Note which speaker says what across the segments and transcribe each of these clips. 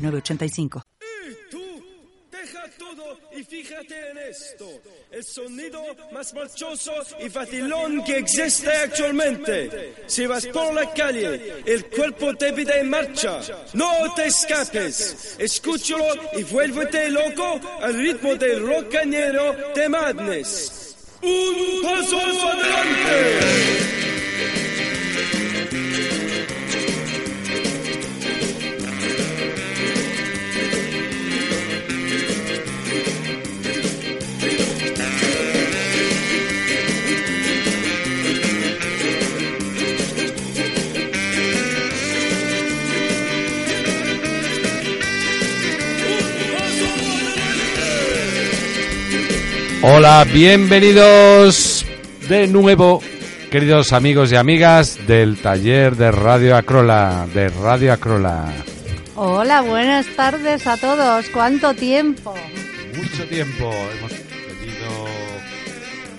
Speaker 1: 985.
Speaker 2: Y tú, deja todo y fíjate en esto, el sonido más marchoso y vacilón que existe actualmente. Si vas por la calle, el cuerpo te pide en marcha, no te escapes, escúchalo y vuélvete loco al ritmo del rocañero de Madness. ¡Un paso adelante!
Speaker 3: Hola, bienvenidos de nuevo, queridos amigos y amigas del taller de Radio Acrola, de Radio Acrola.
Speaker 4: Hola, buenas tardes a todos. ¿Cuánto tiempo?
Speaker 3: Mucho tiempo, hemos tenido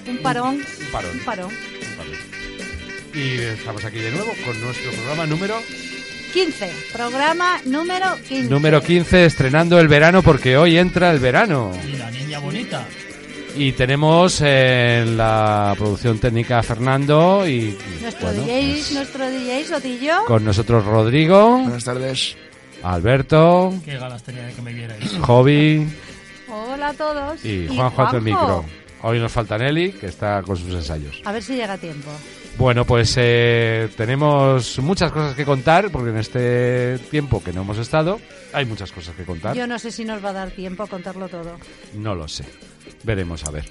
Speaker 4: Un parón.
Speaker 3: un parón.
Speaker 4: Un parón.
Speaker 3: un parón. Y estamos aquí de nuevo con nuestro programa número
Speaker 4: 15. Programa número 15.
Speaker 3: número 15, estrenando el verano porque hoy entra el verano.
Speaker 5: Y la niña bonita.
Speaker 3: Y tenemos en la producción técnica a Fernando y
Speaker 4: Nuestro
Speaker 3: bueno,
Speaker 4: DJ,
Speaker 3: pues,
Speaker 4: nuestro DJ Sotillo.
Speaker 3: con nosotros Rodrigo,
Speaker 6: Buenas tardes.
Speaker 3: Alberto,
Speaker 5: Qué ganas tenía de que me vierais.
Speaker 3: Hobby.
Speaker 4: Hola a todos.
Speaker 3: Y Juan Juan el micro. Hoy nos falta Nelly, que está con sus ensayos.
Speaker 4: A ver si llega a tiempo.
Speaker 3: Bueno, pues eh, tenemos muchas cosas que contar, porque en este tiempo que no hemos estado, hay muchas cosas que contar.
Speaker 4: Yo no sé si nos va a dar tiempo a contarlo todo.
Speaker 3: No lo sé. Veremos a ver.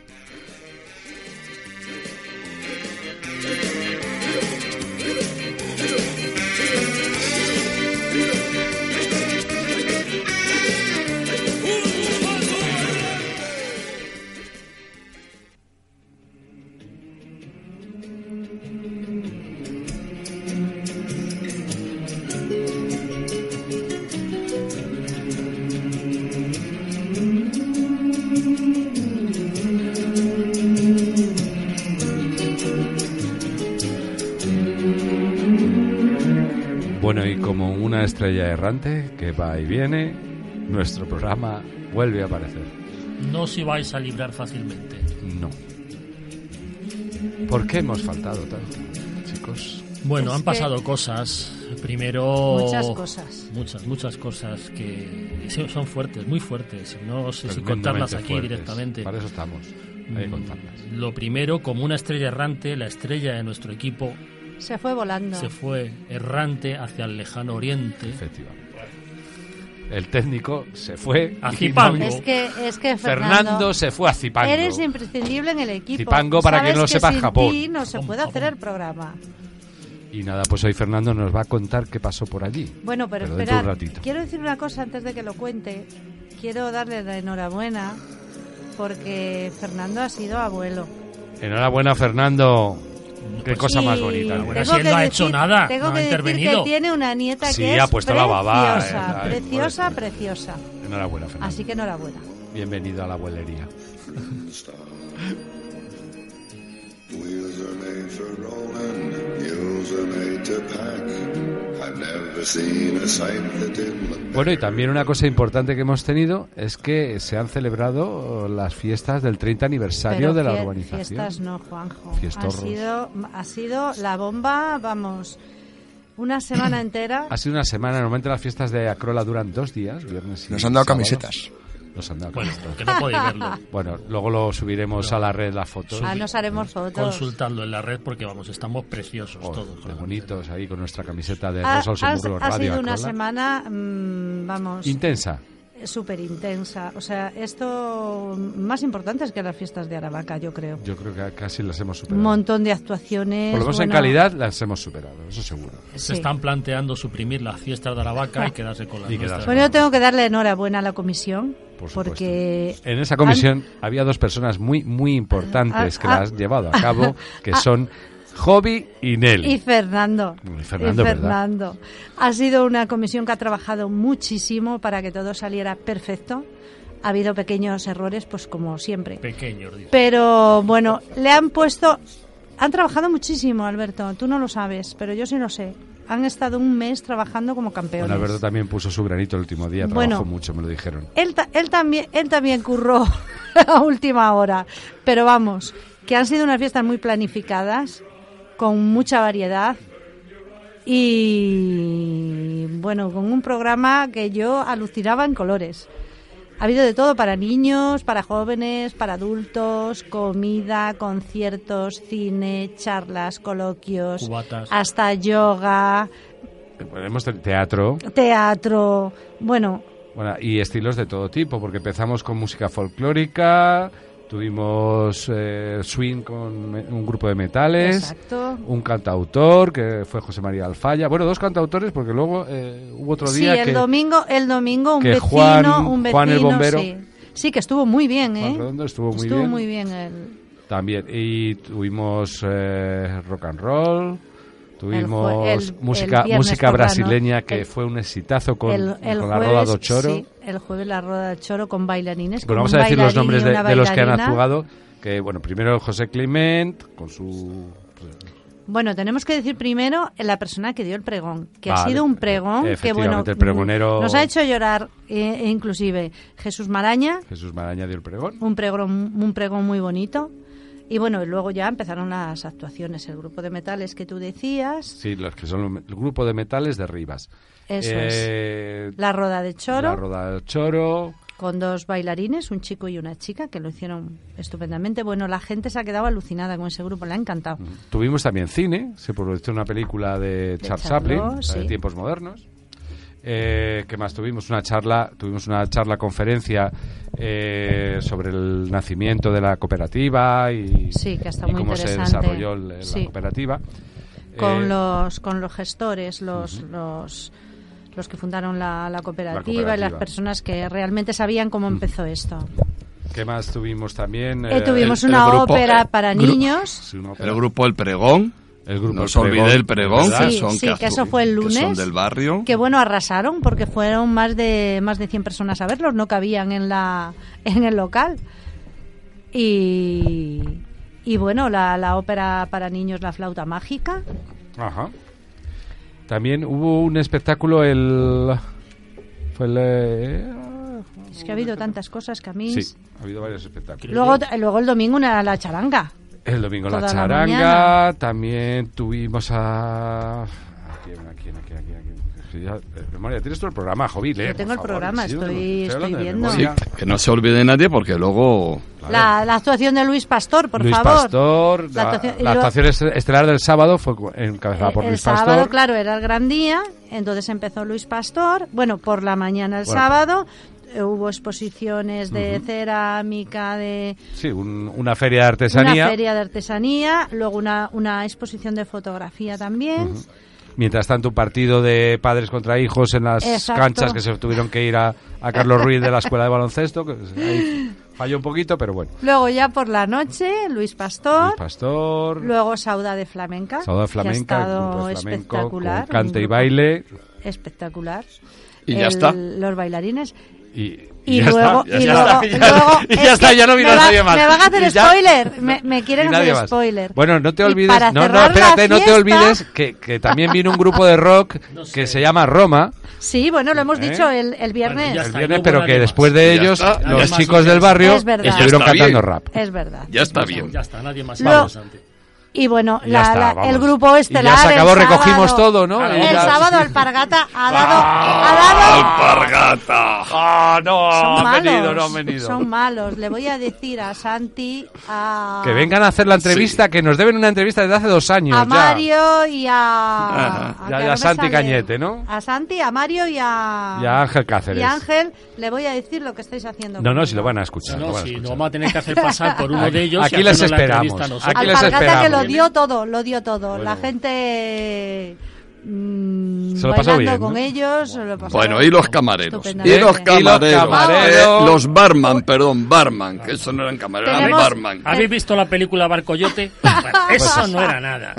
Speaker 3: Bueno, y como una estrella errante que va y viene, nuestro programa vuelve a aparecer.
Speaker 5: No os ibais a librar fácilmente.
Speaker 3: No. ¿Por qué hemos faltado tanto, chicos?
Speaker 5: Bueno,
Speaker 4: Es
Speaker 5: han
Speaker 4: que-
Speaker 5: pasado cosas. Primero.
Speaker 4: Muchas cosas.
Speaker 5: Muchas, muchas cosas que sí, son fuertes, muy fuertes. No sé si
Speaker 3: Tremendamente
Speaker 5: contarlas aquí
Speaker 3: fuertes.
Speaker 5: directamente.
Speaker 3: Para eso estamos. Hay que
Speaker 5: Mm,
Speaker 3: contarlas.
Speaker 5: Lo primero, como una estrella errante, la estrella de nuestro equipo
Speaker 4: Se fue volando.
Speaker 5: se fue errante hacia el lejano oriente.
Speaker 3: Efectivamente. El técnico se fue.
Speaker 5: A
Speaker 3: y
Speaker 5: Zipango.
Speaker 3: no-
Speaker 4: Es que, es que
Speaker 3: Fernando
Speaker 4: Fernando,
Speaker 3: se fue a Zipango.
Speaker 4: eres em- imprescindible en el equipo.
Speaker 3: Zipango, para
Speaker 4: Sabes
Speaker 3: que no lo sepa,
Speaker 4: sin
Speaker 3: Japón.
Speaker 4: ti no se
Speaker 5: Japón,
Speaker 4: puede hacer
Speaker 5: Japón.
Speaker 4: el programa.
Speaker 3: Y nada, pues hoy Fernando nos va a contar qué pasó por allí.
Speaker 4: Bueno, pero,
Speaker 3: Pero dentro de
Speaker 4: esperad,
Speaker 3: un ratito.
Speaker 4: quiero decir una cosa antes de que lo cuente. Quiero darle la enhorabuena porque Fernando ha sido abuelo.
Speaker 3: Enhorabuena, Fernando.
Speaker 5: Bueno,
Speaker 3: Qué
Speaker 5: pues
Speaker 3: cosa
Speaker 4: Y
Speaker 3: más bonita. ¿no?
Speaker 5: Bueno, si él no ha hecho nada,
Speaker 4: tengo
Speaker 5: no ha
Speaker 4: que decir
Speaker 5: intervenido.
Speaker 4: que tiene una nieta
Speaker 3: Sí,
Speaker 4: que es
Speaker 3: ha puesto la babá, eh,
Speaker 4: preciosa,
Speaker 3: ay,
Speaker 4: preciosa,
Speaker 3: pobrecita.
Speaker 4: preciosa.
Speaker 3: Enhorabuena, Fernando.
Speaker 4: Así que enhorabuena.
Speaker 3: Bienvenido a la abuelería.
Speaker 7: Wheels are made for rolling, mules are made to pack. I've never seen a sight that didn't look
Speaker 3: Bueno, y también una cosa importante que hemos tenido es que se han celebrado las fiestas del 30 aniversario
Speaker 4: Pero
Speaker 3: de la
Speaker 4: fie-
Speaker 3: urbanización.
Speaker 4: Fiestas no, Juanjo. Ha
Speaker 3: Fiestorros.
Speaker 4: sido, ha sido la bomba, vamos, una semana entera.
Speaker 3: Ha sido una semana. Normalmente las fiestas de Acrola duran dos días, viernes y
Speaker 6: Nos han dado
Speaker 3: sábado.
Speaker 6: camisetas.
Speaker 3: Nos han dado
Speaker 5: Bueno,
Speaker 3: camisetas.
Speaker 5: que no podéis verlo.
Speaker 3: Bueno, luego lo subiremos a la red las fotos.
Speaker 4: Ah, nos haremos fotos.
Speaker 5: Consultadlo en la red porque vamos, estamos preciosos
Speaker 3: Oh,
Speaker 5: todos.
Speaker 3: qué bonitos ahí con nuestra camiseta de
Speaker 4: Ha,
Speaker 3: Rosa
Speaker 4: ha-
Speaker 3: Luxemburgo
Speaker 4: ha
Speaker 3: Radio.
Speaker 4: sido una
Speaker 3: Acrola.
Speaker 4: semana, mm, vamos,
Speaker 3: Intensa.
Speaker 4: súper intensa. O sea, esto más importante es que las fiestas de Aravaca, yo creo.
Speaker 3: Yo creo que casi las hemos
Speaker 4: Un
Speaker 3: superado.
Speaker 4: montón de actuaciones.
Speaker 3: Por lo menos en
Speaker 4: bueno,
Speaker 3: calidad las hemos superado, eso seguro.
Speaker 4: sí.
Speaker 5: Se están planteando suprimir las fiestas de Aravaca y quedarse con las
Speaker 3: Y
Speaker 5: nuestras.
Speaker 3: quedarse.
Speaker 4: Bueno, yo tengo que darle enhorabuena a la comisión
Speaker 3: Por supuesto.
Speaker 4: porque
Speaker 3: En esa comisión había dos personas muy, muy importantes
Speaker 4: Ah,
Speaker 3: que
Speaker 4: ah,
Speaker 3: las han llevado a cabo, que son Hobby y Nelly.
Speaker 4: Y Fernando.
Speaker 3: Y Fernando, ¿verdad?
Speaker 4: Fernando. Ha sido una comisión que ha trabajado muchísimo para que todo saliera perfecto. Ha habido pequeños errores, pues como siempre.
Speaker 5: Pequeños, dice.
Speaker 4: Pero bueno, le han puesto. Han trabajado muchísimo, Alberto. Tú no lo sabes, pero yo sí lo sé. Han estado un mes trabajando como campeones.
Speaker 3: Bueno, Alberto también puso su granito el último día, trabajó
Speaker 4: Bueno.
Speaker 3: mucho, me lo dijeron.
Speaker 4: Él, ta- él también, él también curró a última hora. Pero vamos, que han sido unas fiestas muy planificadas, con mucha variedad y, bueno, con un programa que yo alucinaba en colores. Ha habido de todo para niños, para jóvenes, para adultos, comida, conciertos, cine, charlas, coloquios,
Speaker 5: Cubatas.
Speaker 4: hasta yoga,
Speaker 3: Bueno, Hemos tenido teatro
Speaker 4: teatro, bueno,
Speaker 3: bueno, y estilos de todo tipo, porque empezamos con música folclórica, tuvimos eh, swing con me- un grupo de metales.
Speaker 4: exacto.
Speaker 3: Un cantautor que fue José María Alfaya. Bueno, dos cantautores porque luego eh, hubo otro día
Speaker 4: sí, el
Speaker 3: que
Speaker 4: domingo, el domingo un
Speaker 3: que
Speaker 4: vecino,
Speaker 3: Juan-
Speaker 4: un vecino,
Speaker 3: Juan el bombero.
Speaker 4: sí. Sí, que estuvo muy bien, ¿eh?
Speaker 3: Juan Redondo estuvo muy bien.
Speaker 4: muy bien el,
Speaker 3: También. Y tuvimos eh, rock and roll, tuvimos
Speaker 4: El jue- el-
Speaker 3: música
Speaker 4: el viernes
Speaker 3: música
Speaker 4: por la
Speaker 3: brasileña
Speaker 4: noche.
Speaker 3: que
Speaker 4: El-
Speaker 3: fue un exitazo con,
Speaker 4: el, el
Speaker 3: con la
Speaker 4: jueves,
Speaker 3: roda do choro.
Speaker 4: sí, el jueves la roda de choro con bailarines.
Speaker 3: Bueno,
Speaker 4: con
Speaker 3: Pues vamos a
Speaker 4: un
Speaker 3: decir los
Speaker 4: bailarín y
Speaker 3: nombres de,
Speaker 4: una
Speaker 3: de los que han
Speaker 4: bailarina.
Speaker 3: actuado. Que bueno, primero José Clement con su pues,
Speaker 4: Bueno, tenemos que decir primero la persona que dio el pregón, que ha
Speaker 3: Vale.
Speaker 4: sido un pregón que bueno,
Speaker 3: Efectivamente, el pregonero-
Speaker 4: nos ha hecho llorar, eh, inclusive Jesús Maraña,
Speaker 3: Jesús Maraña dio el pregón.
Speaker 4: un pregón, un pregón muy bonito. Y bueno, y luego ya empezaron las actuaciones, el grupo de metales que tú decías,
Speaker 3: Sí, los que son el grupo de metales de Rivas.
Speaker 4: Eso
Speaker 3: Eh,
Speaker 4: La roda de choro
Speaker 3: La roda del choro.
Speaker 4: con dos bailarines, un chico y una chica, que lo hicieron estupendamente. Bueno, la gente se ha quedado alucinada con ese grupo, le ha encantado.
Speaker 3: Tuvimos también cine, se produjo una película de Charles
Speaker 4: Chaplin,
Speaker 3: Chaplin, la de
Speaker 4: sí.
Speaker 3: tiempos modernos. Eh, ¿Qué más tuvimos? Una charla, tuvimos una charla conferencia eh, sobre el nacimiento de la cooperativa y,
Speaker 4: Sí, que está
Speaker 3: y
Speaker 4: muy
Speaker 3: cómo se
Speaker 4: interesante.
Speaker 3: desarrolló el- la
Speaker 4: Sí.
Speaker 3: cooperativa.
Speaker 4: Con,
Speaker 3: Eh,
Speaker 4: los, con los gestores, los, los, los que fundaron la, la cooperativa, y las
Speaker 3: cooperativa.
Speaker 4: personas que realmente sabían cómo empezó esto.
Speaker 3: ¿Qué más tuvimos también?
Speaker 4: Eh, tuvimos
Speaker 6: el
Speaker 4: una
Speaker 6: grupo-
Speaker 4: ópera
Speaker 6: eh,
Speaker 4: para
Speaker 6: gru-
Speaker 4: niños.
Speaker 3: Sí, una ópera.
Speaker 6: El grupo El Pregón.
Speaker 3: El grupo
Speaker 6: no
Speaker 3: El
Speaker 6: os olvidé
Speaker 3: Pregón,
Speaker 6: el pregón,
Speaker 3: ¿verdad?
Speaker 6: que
Speaker 4: Sí,
Speaker 6: son
Speaker 4: sí, que
Speaker 6: actú-
Speaker 4: eso fue el
Speaker 6: que son
Speaker 4: lunes.
Speaker 6: del barrio.
Speaker 4: Que bueno, arrasaron porque fueron más de más de 100 personas a verlos, no cabían en la en el local. Y, y bueno, la, la ópera para niños La flauta mágica,
Speaker 3: Ajá. También hubo un espectáculo, el... Fue el... eh,
Speaker 4: es que ha habido tantas cosas que a mí
Speaker 3: Sí, ha habido varios espectáculos.
Speaker 4: Luego luego el domingo una la charanga.
Speaker 3: El domingo la
Speaker 4: Toda la
Speaker 3: charanga,
Speaker 4: mañana.
Speaker 3: también tuvimos a... ¿A quién, a quién, a quién, a quién? a quién? Sí, ya, eh, memoria, tienes todo el programa, Jovi, lee,
Speaker 4: Yo tengo
Speaker 3: por
Speaker 4: el
Speaker 3: favor,
Speaker 4: programa,
Speaker 3: sí, yo
Speaker 4: estoy-
Speaker 3: tengo-
Speaker 4: estoy
Speaker 3: hablando de
Speaker 4: viendo.
Speaker 6: Sí,
Speaker 3: memoria.
Speaker 6: que no se olvide nadie porque luego
Speaker 4: La, la actuación de Luis Pastor, por
Speaker 3: Luis
Speaker 4: favor.
Speaker 3: Pastor,
Speaker 4: La
Speaker 3: la,
Speaker 4: actuación- y
Speaker 3: la
Speaker 4: luego-
Speaker 3: actuación est- estelar del sábado fue cu- encabezada
Speaker 4: Eh,
Speaker 3: por
Speaker 4: el
Speaker 3: Luis
Speaker 4: sábado,
Speaker 3: Pastor.
Speaker 4: claro, era el gran día, entonces empezó Luis Pastor. Bueno, por la mañana el
Speaker 3: Bueno.
Speaker 4: sábado eh, hubo exposiciones de cerámica, de
Speaker 3: Sí, un- una feria de
Speaker 4: una
Speaker 3: artesanía.
Speaker 4: feria de artesanía, luego una, una exposición de fotografía también.
Speaker 3: Mientras tanto, un partido de padres contra hijos en las
Speaker 4: Exacto.
Speaker 3: canchas que se tuvieron que ir a, a Carlos Ruiz de la escuela de baloncesto. Que se- ahí falló un poquito, pero bueno.
Speaker 4: Luego ya por la noche, Luis Pastor.
Speaker 3: Luis Pastor.
Speaker 4: Luego Saudade Flamenca.
Speaker 3: Sábado de
Speaker 4: que ha
Speaker 3: flamenca, el grupo
Speaker 4: estado
Speaker 3: de flamenco,
Speaker 4: espectacular.
Speaker 3: con cante
Speaker 4: un
Speaker 3: y
Speaker 4: grupo
Speaker 3: baile
Speaker 4: Espectacular.
Speaker 6: Y ya
Speaker 4: El-
Speaker 6: está.
Speaker 4: Los bailarines.
Speaker 3: y,
Speaker 4: Y,
Speaker 3: ya
Speaker 4: luego,
Speaker 3: está.
Speaker 4: y
Speaker 3: Ya
Speaker 4: luego,
Speaker 3: está.
Speaker 6: ya-
Speaker 4: luego-
Speaker 6: y ya
Speaker 4: es
Speaker 6: está,
Speaker 4: que
Speaker 6: ya no vino
Speaker 4: me va-
Speaker 6: nadie más.
Speaker 4: Me van a hacer
Speaker 6: Y ya-
Speaker 4: spoiler, me, me
Speaker 3: Y
Speaker 4: quieren
Speaker 3: nadie
Speaker 4: hacer
Speaker 3: más.
Speaker 4: spoiler.
Speaker 3: Bueno, no te
Speaker 4: Y
Speaker 3: olvides,
Speaker 4: para
Speaker 3: no, no,
Speaker 4: cerrar la
Speaker 3: espérate, no te
Speaker 4: fiesta-
Speaker 3: olvides que, que también vino un grupo de rock que se llama Roma
Speaker 4: Sí, bueno, lo hemos
Speaker 3: ¿Eh?
Speaker 4: dicho el, el viernes.
Speaker 5: ya
Speaker 3: el
Speaker 5: está,
Speaker 3: viernes,
Speaker 5: no
Speaker 3: pero
Speaker 5: hubo
Speaker 3: que
Speaker 5: nadie
Speaker 3: después
Speaker 5: más.
Speaker 3: de
Speaker 6: Ya
Speaker 3: ellos
Speaker 6: está, ya
Speaker 3: los
Speaker 5: está.
Speaker 3: chicos del barrio
Speaker 4: Es verdad.
Speaker 3: estuvieron
Speaker 6: Ya está
Speaker 3: cantando
Speaker 6: bien.
Speaker 3: rap.
Speaker 4: Es verdad.
Speaker 6: ya está bien.
Speaker 5: Ya está, nadie más.
Speaker 4: Lo-
Speaker 5: Vamos, Santi.
Speaker 4: Y bueno,
Speaker 3: Y ya
Speaker 4: la-
Speaker 3: está,
Speaker 4: la-
Speaker 3: vamos.
Speaker 4: el grupo
Speaker 3: Y
Speaker 4: estelar.
Speaker 3: ya se
Speaker 4: el
Speaker 3: acabó, recogimos
Speaker 4: sábado-
Speaker 3: todo, ¿no?
Speaker 5: Ah,
Speaker 3: Y
Speaker 4: El
Speaker 3: ya-
Speaker 4: sábado Alpargata ha dado, ha dado
Speaker 6: ¡Alpargata!
Speaker 3: ¡Ah, no!
Speaker 4: Son
Speaker 3: han
Speaker 4: malos.
Speaker 3: venido, no han venido.
Speaker 4: Son malos. Le voy a decir a Santi, a,
Speaker 3: Que vengan a hacer la entrevista, que nos deben una entrevista desde hace dos años.
Speaker 4: Ah. a
Speaker 3: ya.
Speaker 4: Mario y a.
Speaker 3: Ajá.
Speaker 4: a-
Speaker 3: Ya-
Speaker 4: que
Speaker 3: ya
Speaker 4: no me
Speaker 3: Santi Cañete, ¿no?
Speaker 4: A Santi, a Mario y a.
Speaker 3: Y a Ángel Cáceres.
Speaker 4: y a Ángel, le voy a decir lo que estáis haciendo.
Speaker 3: No, no, si lo
Speaker 4: conmigo.
Speaker 3: van a escuchar. lo
Speaker 5: No, no,
Speaker 3: van a
Speaker 5: si
Speaker 3: escuchar.
Speaker 5: no vamos a tener que hacer pasar por uno de ellos. y
Speaker 3: Aquí les
Speaker 5: hacernos la
Speaker 3: esperamos,
Speaker 5: entrevista a
Speaker 3: aquí
Speaker 5: nosotros.
Speaker 3: les
Speaker 4: Alpargata que lo
Speaker 3: esperamos.
Speaker 4: dio todo, lo dio todo.
Speaker 3: Bueno.
Speaker 4: La gente mm,
Speaker 3: Se lo pasó bien,
Speaker 4: bailando con
Speaker 3: ¿no?
Speaker 4: ellos. se lo pasó
Speaker 6: Bueno, y los camareros. Y
Speaker 3: Y
Speaker 4: estupendamente.
Speaker 6: los
Speaker 3: los
Speaker 6: camareros.
Speaker 3: camareros.
Speaker 6: Eh, los barman, perdón, barman. Que eso no eran camareros, eran
Speaker 4: Tenemos-
Speaker 6: barman.
Speaker 3: Ah,
Speaker 5: ¿Habéis visto la película Barcoyote?
Speaker 4: Pues
Speaker 5: Bueno, eso no era nada.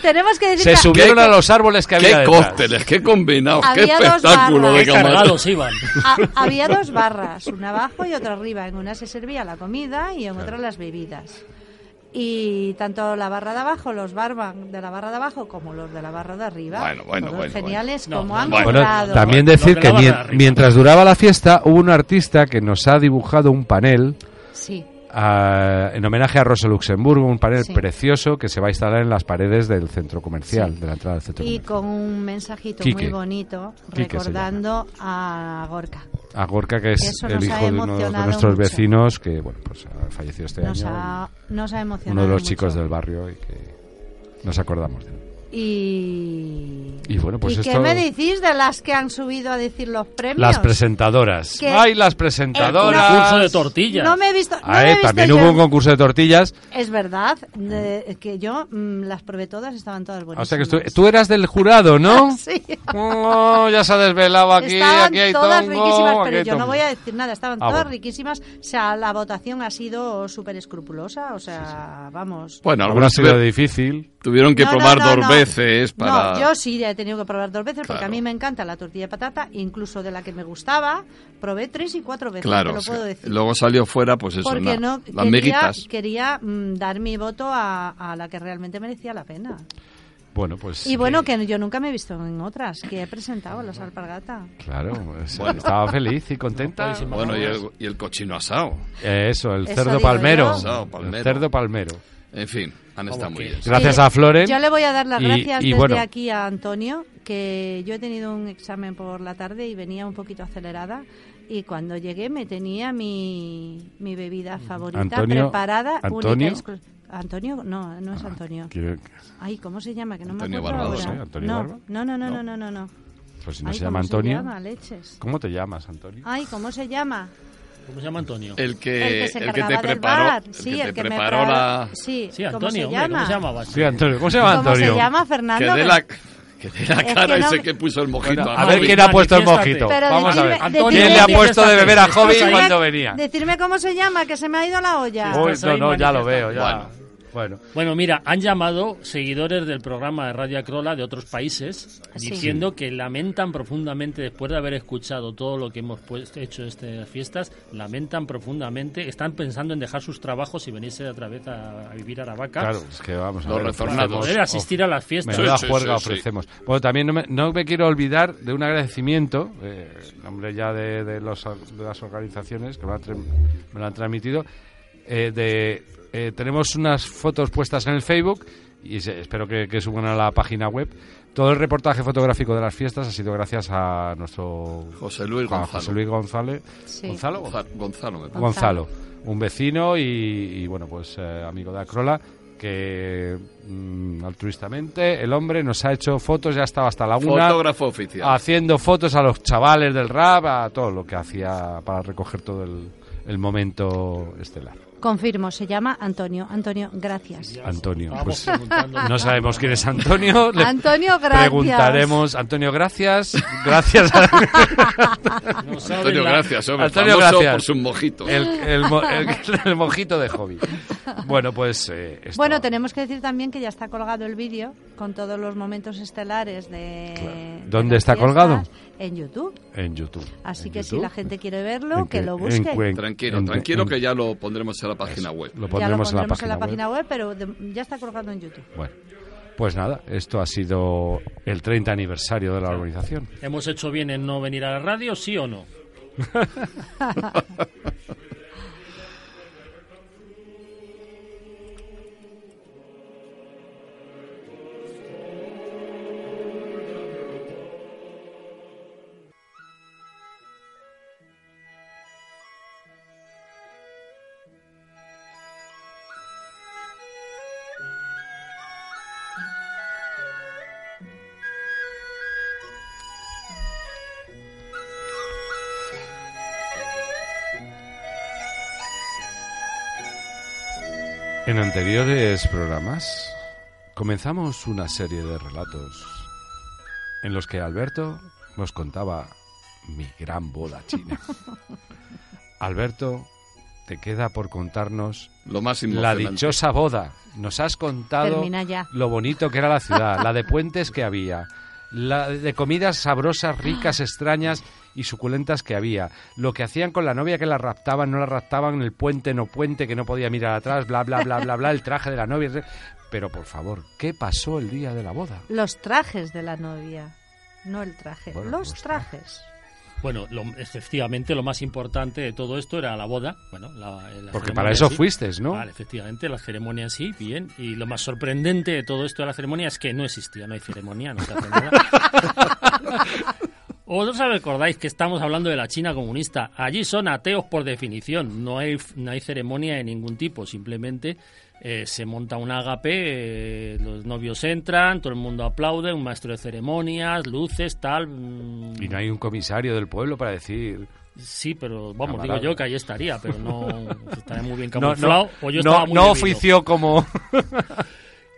Speaker 4: Tenemos que decir
Speaker 3: Se
Speaker 4: que
Speaker 3: subieron
Speaker 6: ¿Qué-
Speaker 3: a los árboles que había
Speaker 6: Qué
Speaker 3: detrás.
Speaker 6: cócteles, qué combinados, qué
Speaker 4: Había dos
Speaker 6: espectáculo
Speaker 4: barras.
Speaker 3: Pues
Speaker 6: de
Speaker 5: Qué
Speaker 6: camareros.
Speaker 5: cargados iban.
Speaker 4: ha- había dos barras, una abajo y otra arriba. En una se servía la comida y en otra las bebidas. Y tanto la barra de abajo, los barman de la barra de abajo, como los de la barra de arriba,
Speaker 6: Bueno, bueno,
Speaker 4: todos
Speaker 6: bueno,
Speaker 4: geniales
Speaker 5: bueno.
Speaker 4: como
Speaker 5: No,
Speaker 4: han
Speaker 6: no,
Speaker 3: Bueno,
Speaker 4: currado.
Speaker 3: también
Speaker 5: Lo
Speaker 3: decir
Speaker 5: que
Speaker 3: que
Speaker 5: la barra
Speaker 3: mien-
Speaker 5: de arriba.
Speaker 3: mientras duraba la fiesta hubo un artista que nos ha dibujado un panel
Speaker 4: Sí,
Speaker 3: a- en homenaje a Rosa Luxemburgo, un panel
Speaker 4: Sí.
Speaker 3: precioso que se va a instalar en las paredes del centro comercial,
Speaker 4: Sí.
Speaker 3: de la entrada del centro
Speaker 4: y
Speaker 3: comercial.
Speaker 4: con un mensajito
Speaker 3: Quique.
Speaker 4: muy bonito
Speaker 3: Quique se
Speaker 4: recordando a Gorka.
Speaker 3: A Gorka, que es
Speaker 4: Eso
Speaker 3: el
Speaker 4: nos ha
Speaker 3: hijo de uno de
Speaker 4: emocionado
Speaker 3: nuestros
Speaker 4: mucho.
Speaker 3: vecinos, que bueno, pues ha fallecido este
Speaker 4: Nos
Speaker 3: año,
Speaker 4: ha, nos ha
Speaker 3: y
Speaker 4: emocionado.
Speaker 3: uno de los
Speaker 4: mucho.
Speaker 3: chicos del barrio y que nos acordamos de él.
Speaker 4: Y,
Speaker 3: Y bueno, pues
Speaker 4: ¿Y
Speaker 3: esto-
Speaker 4: qué me decís de las que han subido a decir los premios?
Speaker 3: Las presentadoras.
Speaker 4: ¿Qué?
Speaker 3: ¡Ay, las
Speaker 5: El
Speaker 3: presentadoras!
Speaker 5: concurso de tortillas.
Speaker 4: No me he visto. no
Speaker 3: Ah,
Speaker 4: me he
Speaker 3: eh,
Speaker 4: visto
Speaker 3: también
Speaker 4: yo.
Speaker 3: hubo un concurso de tortillas.
Speaker 4: Es verdad de- que yo mm, las probé todas, estaban todas buenas.
Speaker 3: O sea que estu- tú eras del jurado, ¿no?
Speaker 4: Sí.
Speaker 3: Oh, ya se ha desvelado aquí,
Speaker 4: estaban
Speaker 3: aquí hay
Speaker 4: todas
Speaker 3: tongo,
Speaker 4: riquísimas,
Speaker 3: aquí
Speaker 4: pero
Speaker 3: hay
Speaker 4: yo no
Speaker 3: tongo.
Speaker 4: voy a decir nada, estaban
Speaker 3: Ah,
Speaker 4: todas
Speaker 3: bueno.
Speaker 4: riquísimas. O sea, la votación ha sido súper escrupulosa, o sea, vamos.
Speaker 6: Bueno,
Speaker 3: Alguna ha
Speaker 6: algunos
Speaker 3: sido difícil.
Speaker 6: tuvieron que
Speaker 4: No, no,
Speaker 6: probar
Speaker 4: no,
Speaker 6: dos
Speaker 4: no.
Speaker 6: veces para...
Speaker 4: No, yo sí he tenido que probar dos veces porque a
Speaker 6: Claro.
Speaker 4: mí me encanta la tortilla de patata, incluso de la que me gustaba, probé tres y cuatro veces,
Speaker 6: Claro,
Speaker 4: te lo
Speaker 6: o sea,
Speaker 4: puedo decir.
Speaker 6: luego salió fuera, pues eso,
Speaker 4: porque
Speaker 6: na-
Speaker 4: no
Speaker 6: las
Speaker 4: quería,
Speaker 6: miguitas.
Speaker 4: quería mm, dar mi voto a, a la que realmente merecía la pena.
Speaker 3: Bueno, pues.
Speaker 4: Y bueno, que yo nunca me he visto en otras, que he presentado las alpargatas.
Speaker 3: Claro, pues, estaba feliz y contenta.
Speaker 5: No,
Speaker 6: Bueno, y el, y el cochino asado.
Speaker 3: Eh, Eso, el
Speaker 4: Eso
Speaker 3: cerdo
Speaker 4: digo
Speaker 3: palmero.
Speaker 4: yo.
Speaker 6: Eso, palmero.
Speaker 3: El cerdo palmero.
Speaker 6: En fin, han estado
Speaker 5: Vamos,
Speaker 6: muy
Speaker 5: que-
Speaker 6: bien.
Speaker 3: Gracias
Speaker 4: Sí,
Speaker 3: a Floren.
Speaker 4: Yo le voy a dar las
Speaker 3: Y- y
Speaker 4: gracias desde
Speaker 3: bueno.
Speaker 4: aquí a Antonio, que yo he tenido un examen por la tarde y venía un poquito acelerada. Y cuando llegué me tenía mi, mi bebida favorita
Speaker 3: Antonio-
Speaker 4: preparada. única y
Speaker 3: Antonio.
Speaker 4: exclu- Antonio, no, no es Antonio.
Speaker 3: Quiero-
Speaker 4: Ay, ¿cómo se llama? Que no
Speaker 6: Antonio
Speaker 4: me acuerdo
Speaker 6: Barbados,
Speaker 4: ahora.
Speaker 3: ¿no? ¿Antonio
Speaker 4: no,
Speaker 3: Barba?
Speaker 4: no, no, no, no, no, no, no.
Speaker 3: Pues si no
Speaker 4: Ay,
Speaker 3: se llama
Speaker 4: ¿cómo
Speaker 3: Antonio.
Speaker 4: Se llama, leches.
Speaker 3: ¿Cómo te llamas, Antonio?
Speaker 4: Ay, ¿cómo se llama?
Speaker 5: ¿Cómo se llama Antonio?
Speaker 3: Eh,
Speaker 6: El
Speaker 4: el
Speaker 6: que,
Speaker 4: que se
Speaker 6: el que
Speaker 4: encargaba
Speaker 6: te
Speaker 4: del
Speaker 6: preparó,
Speaker 4: bar.
Speaker 6: el
Speaker 4: Sí,
Speaker 6: que te
Speaker 4: me
Speaker 6: preparó la...
Speaker 4: Sí,
Speaker 5: Sí,
Speaker 4: ¿cómo
Speaker 5: Antonio,
Speaker 4: se
Speaker 5: hombre,
Speaker 4: llama?
Speaker 5: ¿cómo se llamaba?
Speaker 3: Sí, Antonio. ¿Cómo se llama
Speaker 4: ¿Cómo
Speaker 3: Antonio?
Speaker 4: se llama,
Speaker 6: Que
Speaker 4: Fernando?
Speaker 6: dé la, que dé la
Speaker 4: Es que
Speaker 6: cara
Speaker 4: no-
Speaker 6: ese que puso el mojito.
Speaker 3: Bueno,
Speaker 6: a
Speaker 3: a ver
Speaker 6: Javi.
Speaker 3: quién ha puesto el
Speaker 5: manifiéstate.
Speaker 3: mojito.
Speaker 4: Pero
Speaker 3: Vamos a
Speaker 4: decidme-
Speaker 3: ver.
Speaker 4: Antonio,
Speaker 3: ¿Quién le ha
Speaker 4: decidme-
Speaker 3: puesto de beber a
Speaker 5: ¿Estás
Speaker 3: Hobby
Speaker 5: ahí?
Speaker 3: cuando venía?
Speaker 4: Decidme cómo se llama, que se me ha ido la olla.
Speaker 3: Uy,
Speaker 5: Estás
Speaker 3: no,
Speaker 5: ahí,
Speaker 3: no, ya lo veo,
Speaker 5: manifiéstate.
Speaker 3: ya. Bueno.
Speaker 5: Bueno, mira, han llamado seguidores del programa de Radio Acrola de otros países
Speaker 4: Sí.
Speaker 5: diciendo que lamentan profundamente, después de haber escuchado todo lo que hemos pues- hecho en estas fiestas, lamentan profundamente, están pensando en dejar sus trabajos y venirse otra vez a, a vivir a Aravaca
Speaker 3: Claro, es que vamos a
Speaker 6: Los
Speaker 3: ver, pues,
Speaker 5: para
Speaker 6: retornados.
Speaker 5: poder asistir a las fiestas.
Speaker 3: Menuda
Speaker 6: Sí, sí,
Speaker 3: juerga
Speaker 6: sí, sí.
Speaker 3: ofrecemos. Bueno, también no me, no me quiero olvidar de un agradecimiento, eh, en nombre ya de, de los, de las organizaciones que me, lo han tra- me lo han transmitido. eh, de, eh, tenemos unas fotos puestas en el Facebook y se- espero que, que suban a la página web. Todo el reportaje fotográfico de las fiestas ha sido gracias a nuestro
Speaker 6: José Luis
Speaker 3: a
Speaker 6: Gonzalo.
Speaker 3: Ah, José Luis González.
Speaker 4: Sí.
Speaker 3: ¿Gonzalo?
Speaker 6: Gonza- Gonzalo, me parece.
Speaker 3: Gonzalo, un vecino y, y, bueno, pues eh, amigo de Acrola, que mm, altruistamente el hombre nos ha hecho fotos, ya estaba hasta la una,
Speaker 6: Fotógrafo oficial.
Speaker 3: haciendo fotos a los chavales del rap, a todo lo que hacía para recoger todo el, el momento estelar.
Speaker 4: Confirmo, se llama Antonio. Antonio, gracias.
Speaker 3: Antonio,
Speaker 5: Vamos
Speaker 3: pues
Speaker 5: preguntando.
Speaker 3: no sabemos quién es Antonio. le
Speaker 4: Antonio, gracias.
Speaker 3: Preguntaremos, Antonio, gracias. Gracias a-
Speaker 5: No saben
Speaker 6: Antonio,
Speaker 5: la-
Speaker 6: gracias, hombre.
Speaker 3: Antonio,
Speaker 6: famoso
Speaker 3: gracias.
Speaker 6: por sus mojitos.
Speaker 3: el, el mo- el- el mojito de hobby. Bueno, pues. eh, esto-
Speaker 4: Bueno, tenemos que decir también que ya está colgado el vídeo con todos los momentos estelares de.
Speaker 3: Claro.
Speaker 4: de
Speaker 3: ¿Dónde
Speaker 4: las
Speaker 3: está
Speaker 4: fiestas
Speaker 3: colgado?
Speaker 4: En YouTube.
Speaker 3: En YouTube.
Speaker 4: Así
Speaker 3: En
Speaker 4: que si
Speaker 3: YouTube.
Speaker 4: la gente quiere verlo,
Speaker 3: En
Speaker 4: que,
Speaker 3: que-
Speaker 4: lo
Speaker 3: en
Speaker 4: busque.
Speaker 3: Cuen-
Speaker 6: Tranquilo,
Speaker 3: en-
Speaker 6: tranquilo
Speaker 3: en-
Speaker 6: que ya lo pondremos en la página web.
Speaker 3: Lo
Speaker 4: ya lo
Speaker 3: pondremos,
Speaker 4: pondremos
Speaker 3: en la página, web.
Speaker 4: pero de- ya está colgado en YouTube.
Speaker 3: Bueno, pues nada, esto ha sido el 30 aniversario de la organización.
Speaker 5: ¿Hemos hecho bien en no venir a la radio, sí o no?
Speaker 3: En anteriores programas comenzamos una serie de relatos en los que Alberto nos contaba mi gran boda china. Alberto, te queda por contarnos
Speaker 6: Lo más
Speaker 3: la
Speaker 6: emocionante.
Speaker 3: dichosa boda. Nos has contado
Speaker 4: Termina ya.
Speaker 3: lo bonito que era la ciudad, la de puentes que había, la de comidas sabrosas, ricas, extrañas y suculentas que había, lo que hacían con la novia que la raptaban, no la raptaban, el puente no puente que no podía mirar atrás, bla bla bla bla bla, el traje de la novia. Pero por favor, ¿qué pasó el día de la boda?
Speaker 4: Los trajes de la novia, no el traje,
Speaker 3: Bueno,
Speaker 5: pues
Speaker 4: los
Speaker 3: los
Speaker 4: trajes.
Speaker 5: Bueno, lo, efectivamente, lo más importante de todo esto era la boda. Bueno, la- la
Speaker 3: Porque
Speaker 5: ceremonia
Speaker 3: para
Speaker 5: en
Speaker 3: eso
Speaker 5: sí.
Speaker 3: fuiste, ¿no?
Speaker 5: Vale, efectivamente, la ceremonia en sí, bien. Y lo más sorprendente de todo esto de la ceremonia es que no existía, no hay ceremonia, no se hace nada. Vosotros recordáis que estamos hablando de la China comunista. Allí son ateos por definición. No hay, no hay ceremonia de ningún tipo. Simplemente eh, se monta un agape, eh, los novios entran, todo el mundo aplaude, un maestro de ceremonias, luces, tal. mm,
Speaker 3: Y no hay un comisario del pueblo para decir...
Speaker 5: Sí, pero vamos,
Speaker 3: Camarada.
Speaker 5: digo yo que ahí estaría, pero no estaría muy bien
Speaker 3: No,
Speaker 5: camuflado.
Speaker 3: no,
Speaker 5: o pues yo
Speaker 3: no,
Speaker 5: estaba muy
Speaker 3: no
Speaker 5: bebido.
Speaker 3: ofició como...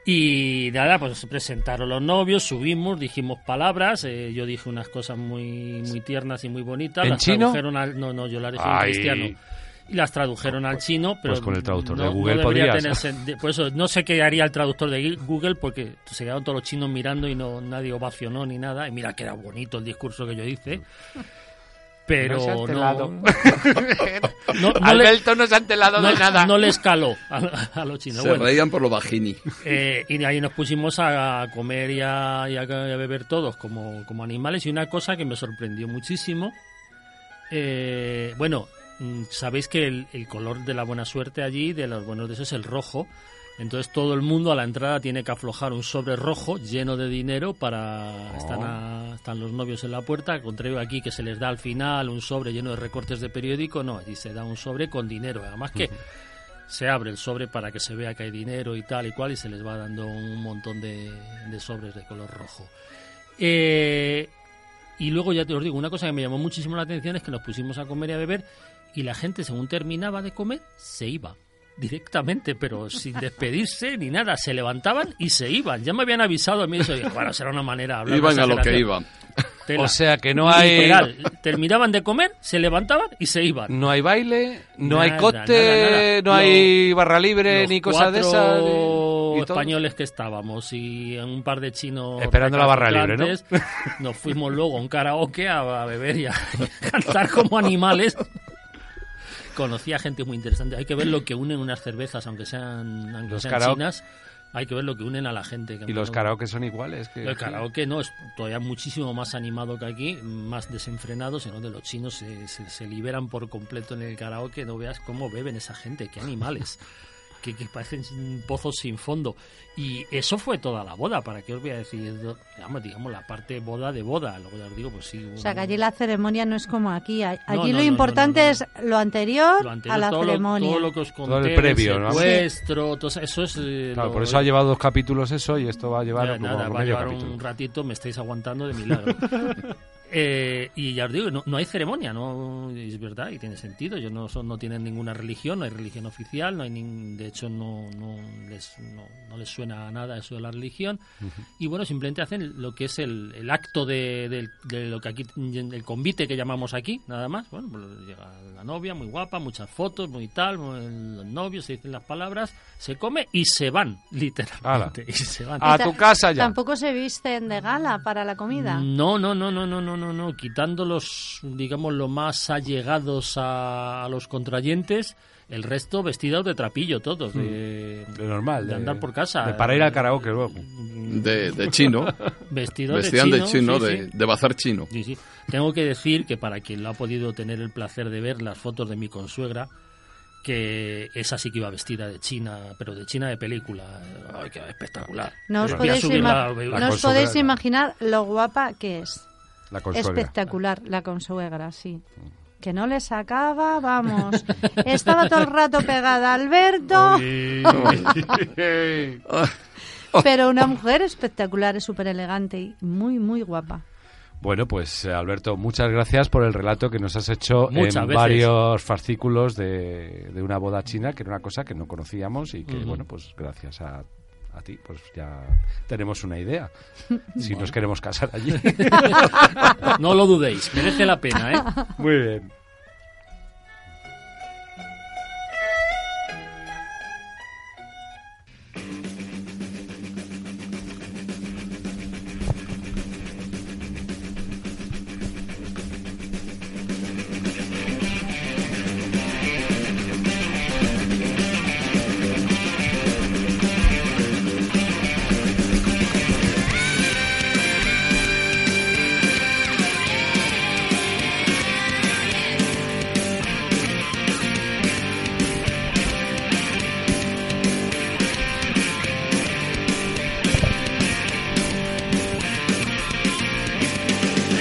Speaker 5: Y nada, pues se presentaron los novios, subimos, dijimos palabras, eh, yo dije unas cosas muy, muy tiernas y muy bonitas.
Speaker 3: ¿En
Speaker 5: las
Speaker 3: chino?
Speaker 5: tradujeron al- no, no, yo las dije en
Speaker 3: Ay. Pues
Speaker 5: cristiano. Y las tradujeron al chino, pero...
Speaker 3: con el traductor
Speaker 5: no-
Speaker 3: de
Speaker 5: no
Speaker 3: Google
Speaker 5: debería
Speaker 3: podrías.
Speaker 5: tener sen- de- por eso no sé qué haría el traductor de Google porque se quedaron todos los chinos mirando y no nadie ovacionó ni nada. Y mira que era bonito el discurso que yo hice. Pero
Speaker 3: No se ha
Speaker 5: no,
Speaker 3: enterado.
Speaker 5: no- no le-
Speaker 3: Alberto no se ha enterado
Speaker 5: no,
Speaker 3: de nada.
Speaker 5: no le escaló a, a los chinos.
Speaker 6: Se
Speaker 5: Bueno,
Speaker 6: reían por lo bajini.
Speaker 5: eh, y de ahí nos pusimos a comer y a, y a- y a beber todos como, como animales. Y una cosa que me sorprendió muchísimo. eh, bueno, mm, sabéis que el, el color de la buena suerte allí, de los buenos deseos, es el rojo. Entonces todo el mundo a la entrada tiene que aflojar un sobre rojo lleno de dinero para... Están, a- están los novios en la puerta, al contrario aquí que se les da al final un sobre lleno de recortes de periódico, no, allí se da un sobre con dinero, además que se abre el sobre para que se vea que hay dinero y tal y cual y se les va dando un montón de, de sobres de color rojo. Eh, y luego ya te os digo, una cosa que me llamó muchísimo la atención es que nos pusimos a comer y a beber y la gente según terminaba de comer se iba directamente, pero sin despedirse ni nada, se levantaban y se iban. Ya me habían avisado a mí eso, y, bueno, será una manera de hablar.
Speaker 6: Iban
Speaker 5: de
Speaker 6: a lo que
Speaker 5: exageración.
Speaker 6: iban.
Speaker 5: Tela.
Speaker 3: O sea que no hay...
Speaker 5: Literal, terminaban de comer, se levantaban y se iban.
Speaker 3: No hay baile, no
Speaker 5: Nada,
Speaker 3: hay cote,
Speaker 5: nada, nada.
Speaker 3: no
Speaker 5: Lo-
Speaker 3: hay barra libre
Speaker 5: los
Speaker 3: ni cosas de esas.
Speaker 5: cuatro
Speaker 3: y- y todo.
Speaker 5: españoles que estábamos y un par de chinos
Speaker 3: Esperando la barra libre, ¿no?
Speaker 5: recalcitrantes, Nos fuimos luego a un karaoke a, a beber y a, cantar como animales. Conocí a gente muy interesante. Hay que ver lo que unen unas cervezas, aunque sean, aunque
Speaker 3: Los
Speaker 5: sean
Speaker 3: karaoke-
Speaker 5: chinas. Hay que ver lo que unen a la gente. que
Speaker 3: Y los
Speaker 5: no-
Speaker 3: karaoke son iguales. Que,
Speaker 5: el karaoke no, es todavía muchísimo más animado que aquí, más desenfrenado, sino de los chinos se, se- se liberan por completo en el karaoke, no veas cómo beben esa gente, qué animales, que, que parecen pozos sin fondo. Y eso fue toda la boda, ¿para qué os voy a decir? Digamos, digamos la parte boda de boda, luego ya os digo, pues sí.
Speaker 4: O sea,
Speaker 5: un-
Speaker 4: que allí la ceremonia no es como aquí. a-
Speaker 5: No,
Speaker 4: Allí
Speaker 5: no,
Speaker 4: lo
Speaker 5: no,
Speaker 4: importante
Speaker 5: no, no,
Speaker 4: es lo anterior,
Speaker 5: lo anterior,
Speaker 4: a la
Speaker 5: todo, lo,
Speaker 4: ceremonia.
Speaker 5: todo lo que os conté,
Speaker 3: el
Speaker 5: del
Speaker 3: previo, ¿no?
Speaker 5: secuestro, todo eso- eso es... eh,
Speaker 3: Claro,
Speaker 5: lo-
Speaker 3: por eso ha llevado dos capítulos eso y esto va a llevar
Speaker 5: Ya,
Speaker 3: como
Speaker 5: nada, va a
Speaker 3: medio
Speaker 5: llevar
Speaker 3: capítulo.
Speaker 5: un ratito, me estáis aguantando de milagro. Eh, y ya os digo, no, no hay ceremonia, no es verdad y tiene sentido. Ellos no, son, no tienen ninguna religión, no hay religión oficial, no hay nin- de hecho no, no, les, no, no les suena a nada eso de la religión. Y bueno, simplemente hacen lo que es el, el acto de, del- de lo que aquí, el convite que llamamos aquí, nada más. Bueno, pues llega la novia, muy guapa, muchas fotos, muy tal, muy- los novios se dicen las palabras, se come y se van, literalmente.
Speaker 3: Ala. Ah,
Speaker 5: Y se van.
Speaker 3: A
Speaker 4: Y ta-
Speaker 3: tu casa ya.
Speaker 4: Tampoco se visten de gala para la comida.
Speaker 5: No, no, no, no, no, no, no, no. Quitando los, digamos, los más allegados a, a los contrayentes, el resto vestidos de trapillo todos, de,
Speaker 3: Mm. De normal.
Speaker 5: de andar por casa. eh.
Speaker 3: de para ir al karaoke luego.
Speaker 6: De, de chino.
Speaker 5: Vestidos
Speaker 6: Vestían de
Speaker 5: de
Speaker 6: chino,
Speaker 5: sí,
Speaker 6: de,
Speaker 5: sí.
Speaker 6: de bazar chino.
Speaker 5: Sí, sí. Tengo que decir que para quien lo ha podido tener el placer de ver las fotos de mi consuegra, que esa sí que iba vestida de China, pero de China de película. Ay, qué espectacular.
Speaker 4: No os
Speaker 5: Voy a
Speaker 4: podéis,
Speaker 5: subir
Speaker 4: ima-
Speaker 5: la-
Speaker 4: no os
Speaker 3: consuegra,
Speaker 4: podéis
Speaker 3: la-
Speaker 4: imaginar lo guapa que es.
Speaker 3: La consuegra.
Speaker 4: Espectacular, la consuegra, sí. Que no le sacaba, vamos. Estaba todo el rato pegada a Alberto, pero una mujer espectacular, es súper elegante y muy, muy guapa.
Speaker 3: Bueno, pues eh, Alberto, muchas gracias por el relato que nos has hecho
Speaker 5: Muchas
Speaker 3: en
Speaker 5: veces.
Speaker 3: varios fascículos de, de una boda china, que era una cosa que no conocíamos y que,
Speaker 5: Ujú.
Speaker 3: bueno, pues gracias a, a ti, pues ya tenemos una idea. Si nos queremos casar allí.
Speaker 5: No lo dudéis, merece la pena, ¿eh?
Speaker 3: Muy bien.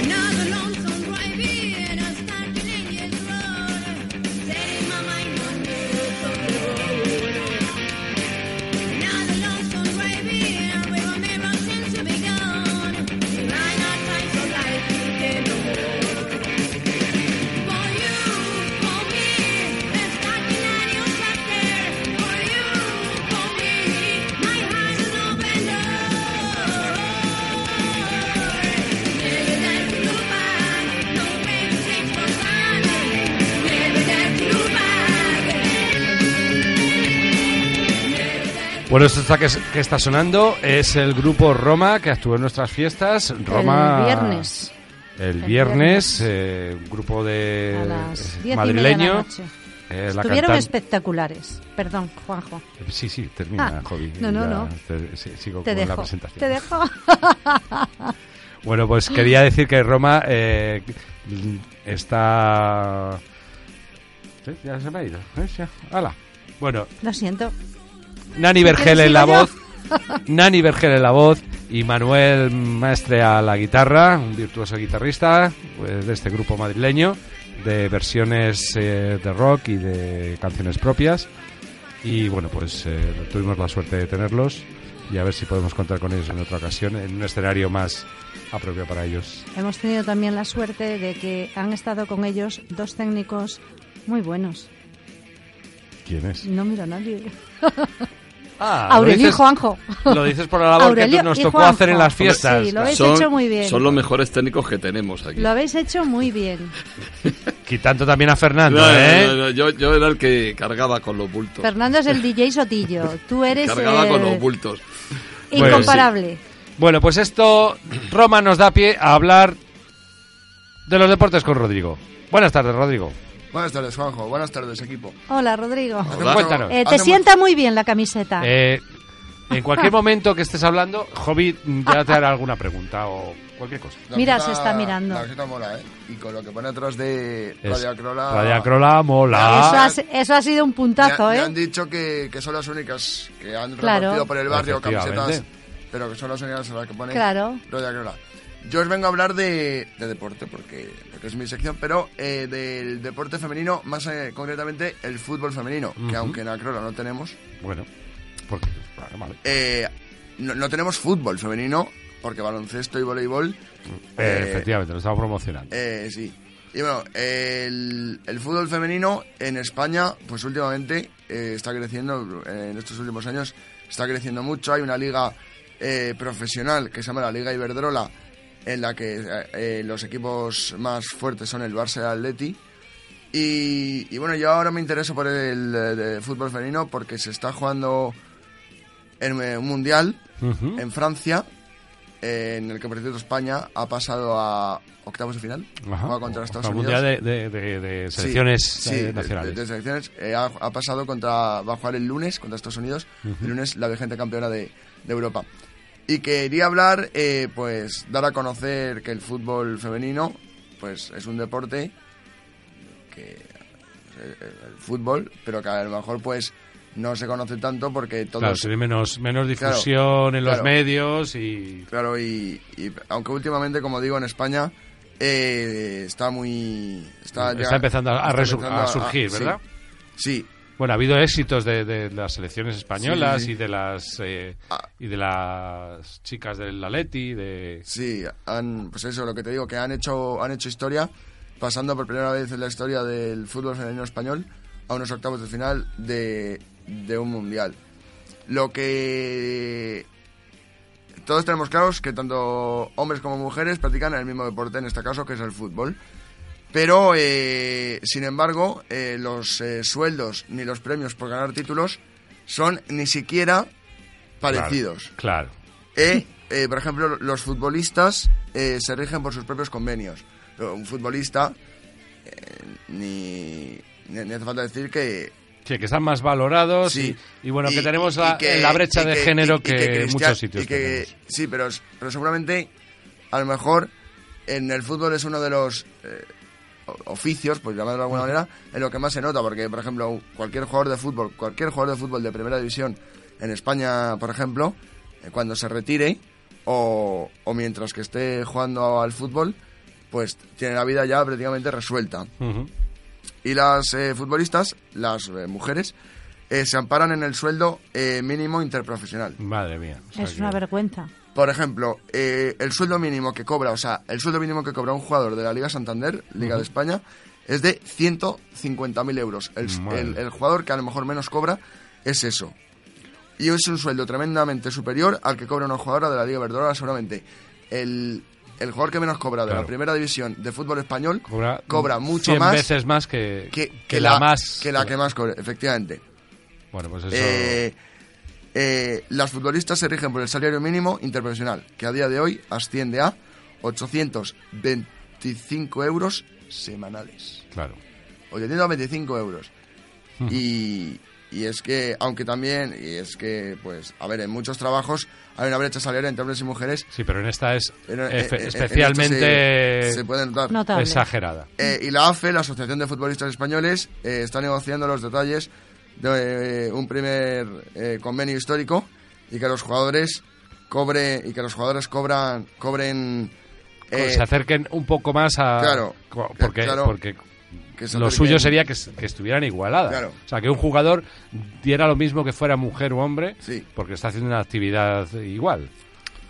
Speaker 8: Another lonesome driving and a starting Indian road. Setting my mind on the road. Another lonesome driving and a river mirror seems to be gone. We ran out of time, so life became no more. For you, for me, there's starting a new chapter. For you, for me, my heart is open door. Never that to look back, no baby takes for granted. Never that to look back.
Speaker 3: Bueno, esto está que, que está sonando es el grupo Roma que actuó en nuestras fiestas. Roma.
Speaker 4: El viernes.
Speaker 3: El
Speaker 4: El
Speaker 3: viernes,
Speaker 4: viernes.
Speaker 3: eh, un grupo de
Speaker 4: A las
Speaker 3: eh,
Speaker 4: diez y media de la
Speaker 3: madrileño.
Speaker 4: noche.
Speaker 3: eh, la
Speaker 4: Estuvieron
Speaker 3: cantan-
Speaker 4: espectaculares. Perdón, Juanjo.
Speaker 3: Sí, sí, termina,
Speaker 4: Ah,
Speaker 3: Jovi.
Speaker 4: no, no,
Speaker 3: Ya
Speaker 4: no.
Speaker 3: te- sí, sigo
Speaker 4: Te
Speaker 3: con la
Speaker 4: dejo.
Speaker 3: presentación.
Speaker 4: Te dejo.
Speaker 3: Bueno, pues quería decir que Roma eh, está. ¿Eh? Ya se me ha ido. ¿Eh? Ya. Hala. Bueno,
Speaker 4: Lo siento.
Speaker 3: Nani Vergel
Speaker 4: quieres
Speaker 3: en la
Speaker 4: ir allá?
Speaker 3: voz. Nani Vergel en la voz y Manuel Maestre a la guitarra, un virtuoso guitarrista pues, de este grupo madrileño, de versiones eh, de rock y de canciones propias. Y bueno, pues eh, tuvimos la suerte de tenerlos y a ver si podemos contar con ellos en otra ocasión, en un escenario más apropiado para ellos.
Speaker 4: Hemos tenido también la suerte de que han estado con ellos dos técnicos muy buenos.
Speaker 3: ¿Quién es?
Speaker 4: No miro a nadie.
Speaker 3: Ah, lo
Speaker 4: Aurelio y
Speaker 3: dices-
Speaker 4: Juanjo.
Speaker 3: Lo dices por la labor
Speaker 4: Aurelio
Speaker 3: que nos
Speaker 4: y
Speaker 3: tocó
Speaker 4: Juanjo.
Speaker 3: hacer en las fiestas.
Speaker 4: Sí, lo habéis
Speaker 6: son,
Speaker 4: hecho muy bien.
Speaker 6: son los mejores técnicos que tenemos aquí.
Speaker 4: Lo habéis hecho muy bien.
Speaker 3: Quitando también a
Speaker 6: No,
Speaker 3: Fernando,
Speaker 6: no,
Speaker 3: ¿eh?
Speaker 6: no, no, yo, yo era el que cargaba con los bultos.
Speaker 4: Fernando es el DJ Sotillo. Tú eres
Speaker 6: cargaba con
Speaker 4: el
Speaker 6: los bultos.
Speaker 3: Bueno,
Speaker 4: incomparable.
Speaker 3: Bueno, pues esto, Roma nos da pie a hablar de los deportes con Rodrigo. Buenas tardes, Rodrigo.
Speaker 9: Buenas tardes, Juanjo. Buenas tardes, equipo.
Speaker 4: Hola, Rodrigo.
Speaker 6: Hola.
Speaker 3: Cuéntanos.
Speaker 4: Eh, te
Speaker 9: Hacemos-
Speaker 4: sienta muy bien la camiseta.
Speaker 3: Eh, en cualquier momento que estés hablando, Hobbit ya te hará alguna pregunta o cualquier cosa.
Speaker 9: La
Speaker 4: Mira,
Speaker 9: camiseta-
Speaker 4: se está mirando.
Speaker 9: La camiseta mola, ¿eh? Y con lo que pone atrás de Radio Acrola...
Speaker 3: Radio Crola,
Speaker 4: eso,
Speaker 3: mola.
Speaker 4: ha, si- eso ha sido un
Speaker 9: me,
Speaker 4: puntazo,
Speaker 9: me
Speaker 4: ¿eh?
Speaker 9: han dicho que, que son las únicas que han
Speaker 4: Claro.
Speaker 9: repartido por el barrio
Speaker 3: Efectivamente.
Speaker 9: camisetas, pero que son las únicas las que pone
Speaker 4: Claro.
Speaker 9: Radio Acrola. Yo os vengo a hablar de, de deporte, porque, porque es mi sección, pero eh, del deporte femenino, más eh, concretamente el fútbol femenino, que aunque en Acrola no tenemos,
Speaker 3: Bueno, porque, vale, vale.
Speaker 9: eh, no, no tenemos fútbol femenino, porque baloncesto y voleibol...
Speaker 3: Eh,
Speaker 9: eh,
Speaker 3: efectivamente, lo estamos promocionando.
Speaker 9: Eh, sí. Y bueno, el, el fútbol femenino en España, pues últimamente eh, está creciendo, eh, en estos últimos años está creciendo mucho. Hay una liga eh, profesional que se llama la Liga Iberdrola, en la que eh, eh, los equipos más fuertes son el Barça y el Atleti. Y, y bueno, yo ahora me intereso por el eh, de fútbol femenino porque se está jugando en eh, un mundial
Speaker 3: Ujú.
Speaker 9: en Francia, eh, en el que por cierto España ha pasado a octavos de final,
Speaker 3: Ajá.
Speaker 9: juega contra
Speaker 3: O-
Speaker 9: Estados
Speaker 3: o
Speaker 9: Unidos.
Speaker 3: mundial de, de- de- de
Speaker 9: Sí,
Speaker 3: selecciones
Speaker 9: sí,
Speaker 3: eh,
Speaker 9: de-
Speaker 3: nacionales.
Speaker 9: de, de selecciones. Eh, ha, ha pasado contra, va a jugar el lunes contra Estados Unidos, el lunes la vigente campeona de, de Europa. Y quería hablar, eh, pues, dar a conocer que el fútbol femenino, pues, es un deporte que eh, eh, el fútbol, pero que a lo mejor, pues, no se conoce tanto porque todos
Speaker 3: Claro, tiene menos, menos difusión en los
Speaker 9: claro.
Speaker 3: medios y...
Speaker 9: Claro, y, y aunque últimamente, como digo, en España eh, está muy... Está,
Speaker 3: Está empezando a resu- a surgir,
Speaker 9: sí.
Speaker 3: ¿verdad?
Speaker 9: Sí.
Speaker 3: Bueno, ha habido éxitos de, de las selecciones españolas
Speaker 9: Sí.
Speaker 3: y de las eh,
Speaker 9: Ah.
Speaker 3: y de las chicas del Atleti, de
Speaker 9: Sí, han, pues eso, lo que te digo, que han hecho, han hecho historia, pasando por primera vez en la historia del fútbol femenino español a unos octavos de final de, de un mundial. Lo que todos tenemos claros que tanto hombres como mujeres practican el mismo deporte, en este caso, que es el fútbol. Pero, eh, sin embargo, eh, los eh, sueldos ni los premios por ganar títulos son ni siquiera parecidos.
Speaker 3: Claro.
Speaker 9: Eh, eh, por ejemplo, los futbolistas eh, se rigen por sus propios convenios. Pero Un futbolista, eh, ni, ni- ni hace falta decir que...
Speaker 3: Sí, que están más valorados
Speaker 9: sí.
Speaker 3: y, y bueno, que
Speaker 9: Y-
Speaker 3: tenemos
Speaker 9: y
Speaker 3: la,
Speaker 9: que-
Speaker 3: la brecha
Speaker 9: y
Speaker 3: de
Speaker 9: que-
Speaker 3: género
Speaker 9: y- y
Speaker 3: que,
Speaker 9: Cristian-
Speaker 3: muchos sitios
Speaker 9: y que-
Speaker 3: tenemos.
Speaker 9: Sí, pero, pero seguramente, a lo mejor, en el fútbol es uno de los eh, o- oficios, por llamarlo de alguna manera, en lo que más se nota. Porque, por ejemplo, cualquier jugador de fútbol, cualquier jugador de fútbol de primera división en España, por ejemplo, eh, cuando se retire o, o mientras que esté jugando al fútbol, pues tiene la vida ya prácticamente resuelta.
Speaker 3: Ujú.
Speaker 9: Y las eh, futbolistas, las eh, mujeres, eh, se amparan en el sueldo eh, mínimo interprofesional.
Speaker 3: Madre mía. o sea
Speaker 4: Es
Speaker 3: que-
Speaker 4: una vergüenza.
Speaker 9: Por ejemplo, eh, el sueldo mínimo que cobra, o sea, el sueldo mínimo que cobra un jugador de la Liga Santander, Liga de España, es de 150.000 euros. El,
Speaker 3: Madre.
Speaker 9: el- el jugador que a lo mejor menos cobra es eso. Y es un sueldo tremendamente superior al que cobra una jugadora de la Liga Verdadera, seguramente. El, el jugador que menos cobra de
Speaker 3: Claro.
Speaker 9: la primera división de fútbol español
Speaker 3: cobra,
Speaker 9: cobra, mucho
Speaker 3: 100
Speaker 9: más
Speaker 3: veces más que,
Speaker 9: que,
Speaker 3: que la, más.
Speaker 9: que la que más cobra, efectivamente.
Speaker 3: Bueno, pues eso.
Speaker 9: Eh, eh, las futbolistas se rigen por el salario mínimo interprofesional, que a día de hoy asciende a 825 euros semanales.
Speaker 3: claro.
Speaker 9: 825 euros. Y, y es que, aunque también, y es que, pues, a ver, en muchos trabajos hay una brecha salarial entre hombres y mujeres.
Speaker 3: Sí, pero en esta es
Speaker 9: pero, eh,
Speaker 3: efe-
Speaker 9: eh, en esto se-
Speaker 3: especialmente
Speaker 9: se, puede notar.
Speaker 4: Notable.
Speaker 3: exagerada.
Speaker 9: Eh, y la AFE, la Asociación de Futbolistas Españoles, eh, está negociando los detalles de eh, un primer eh, convenio histórico y que los jugadores cobre y que los jugadores cobran cobren eh,
Speaker 3: se acerquen un poco más a.
Speaker 9: claro,
Speaker 3: co-
Speaker 9: que-
Speaker 3: Porque,
Speaker 9: claro,
Speaker 3: porque
Speaker 9: que se
Speaker 3: lo
Speaker 9: acerquen-
Speaker 3: suyo sería que, s- que estuvieran igualadas.
Speaker 9: Claro.
Speaker 3: O sea, que un jugador diera lo mismo que fuera mujer o hombre,
Speaker 9: Sí. Eh,
Speaker 3: porque está haciendo una actividad igual.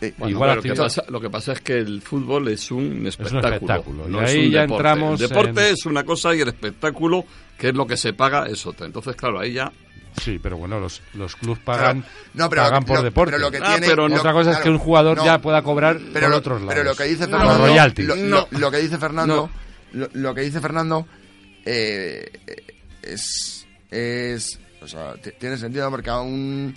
Speaker 9: Sí.
Speaker 3: Igual
Speaker 6: Bueno, pero lo, que
Speaker 3: actividad.
Speaker 6: pasa, lo que pasa es que el fútbol es un espectáculo.
Speaker 3: espectáculo, y
Speaker 6: no es
Speaker 3: ahí
Speaker 6: un
Speaker 3: ya
Speaker 6: deporte.
Speaker 3: entramos
Speaker 6: El deporte
Speaker 3: en-
Speaker 6: es una cosa y el espectáculo, que es lo que se paga, es otra. Entonces, claro, ahí ya.
Speaker 3: Sí, pero bueno, los, los clubes pagan,
Speaker 9: Claro. Ah, No, pero
Speaker 3: pagan
Speaker 9: lo-
Speaker 3: por
Speaker 9: lo-
Speaker 3: deporte.
Speaker 9: pero lo que
Speaker 6: Ah,
Speaker 9: tiene-
Speaker 6: pero no-
Speaker 3: Otra cosa es
Speaker 9: claro,
Speaker 3: que un jugador
Speaker 9: no,
Speaker 3: ya pueda cobrar
Speaker 9: pero
Speaker 3: por
Speaker 9: lo,
Speaker 3: otros lados.
Speaker 9: pero lo que dice
Speaker 3: Por
Speaker 9: Fernando,
Speaker 3: royalties.
Speaker 9: lo,
Speaker 6: No.
Speaker 9: lo- lo que dice Fernando, lo, lo que dice Fernando eh, es es o sea, ti- tiene sentido porque a un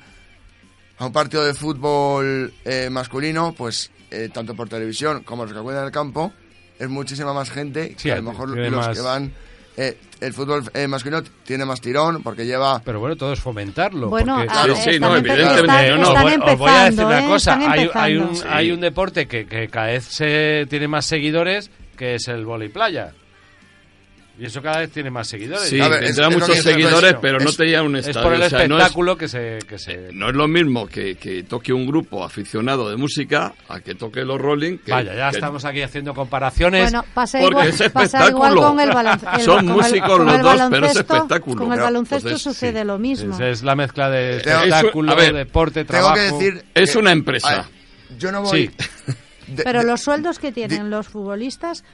Speaker 9: a un partido de fútbol eh, masculino, pues eh, tanto por televisión como los que acuden al campo es muchísima más gente
Speaker 3: Sí,
Speaker 9: que a lo mejor
Speaker 3: tiene
Speaker 9: los
Speaker 3: más-
Speaker 9: que van eh, el fútbol eh, masculino tiene más tirón porque lleva
Speaker 3: Pero bueno, todo es fomentarlo.
Speaker 4: Bueno,
Speaker 3: porque-
Speaker 4: a
Speaker 6: Sí,
Speaker 4: ver,
Speaker 6: sí,
Speaker 4: están
Speaker 6: no,
Speaker 4: empe-
Speaker 6: evidentemente,
Speaker 4: están- están
Speaker 6: no,
Speaker 3: os Eh, voy- os voy a decir
Speaker 4: empezando,
Speaker 3: una
Speaker 4: ¿eh?
Speaker 3: cosa.
Speaker 4: Están
Speaker 3: Hay, hay un,
Speaker 4: empezando.
Speaker 3: hay un deporte que, que cada vez se tiene más seguidores, que es el vóley playa. Y eso cada vez tiene más seguidores.
Speaker 6: Sí,
Speaker 9: A ver,
Speaker 6: tendrá
Speaker 9: es- es lo
Speaker 6: muchos
Speaker 9: que-
Speaker 6: seguidores,
Speaker 9: es-
Speaker 6: pero no
Speaker 9: es-
Speaker 6: tenía un
Speaker 3: es
Speaker 6: estadio.
Speaker 3: por el
Speaker 6: o sea, no es- eh,
Speaker 3: espectáculo que se... Que se...
Speaker 6: No es lo mismo que, que toque un grupo aficionado de música a que toque los Rolling. que-
Speaker 3: Vaya, ya
Speaker 6: que-
Speaker 3: estamos aquí haciendo comparaciones.
Speaker 4: Bueno, pasa igual,
Speaker 6: Porque es
Speaker 4: pasa igual con el
Speaker 6: espectáculo.
Speaker 4: baloncesto.
Speaker 6: Son músicos los dos, pero es espectáculo.
Speaker 4: Con el
Speaker 6: Pero,
Speaker 4: baloncesto
Speaker 6: entonces,
Speaker 4: sucede lo mismo.
Speaker 3: Es, es la mezcla de
Speaker 9: Tengo-
Speaker 3: espectáculo,
Speaker 6: Eso- a ver,
Speaker 3: deporte,
Speaker 9: tengo
Speaker 3: trabajo.
Speaker 9: que decir
Speaker 6: Es
Speaker 9: que-
Speaker 6: una empresa.
Speaker 9: a ver, yo no voy
Speaker 3: Sí.
Speaker 9: de-
Speaker 4: Pero
Speaker 9: de-
Speaker 4: los sueldos que tienen
Speaker 9: di-
Speaker 4: los futbolistas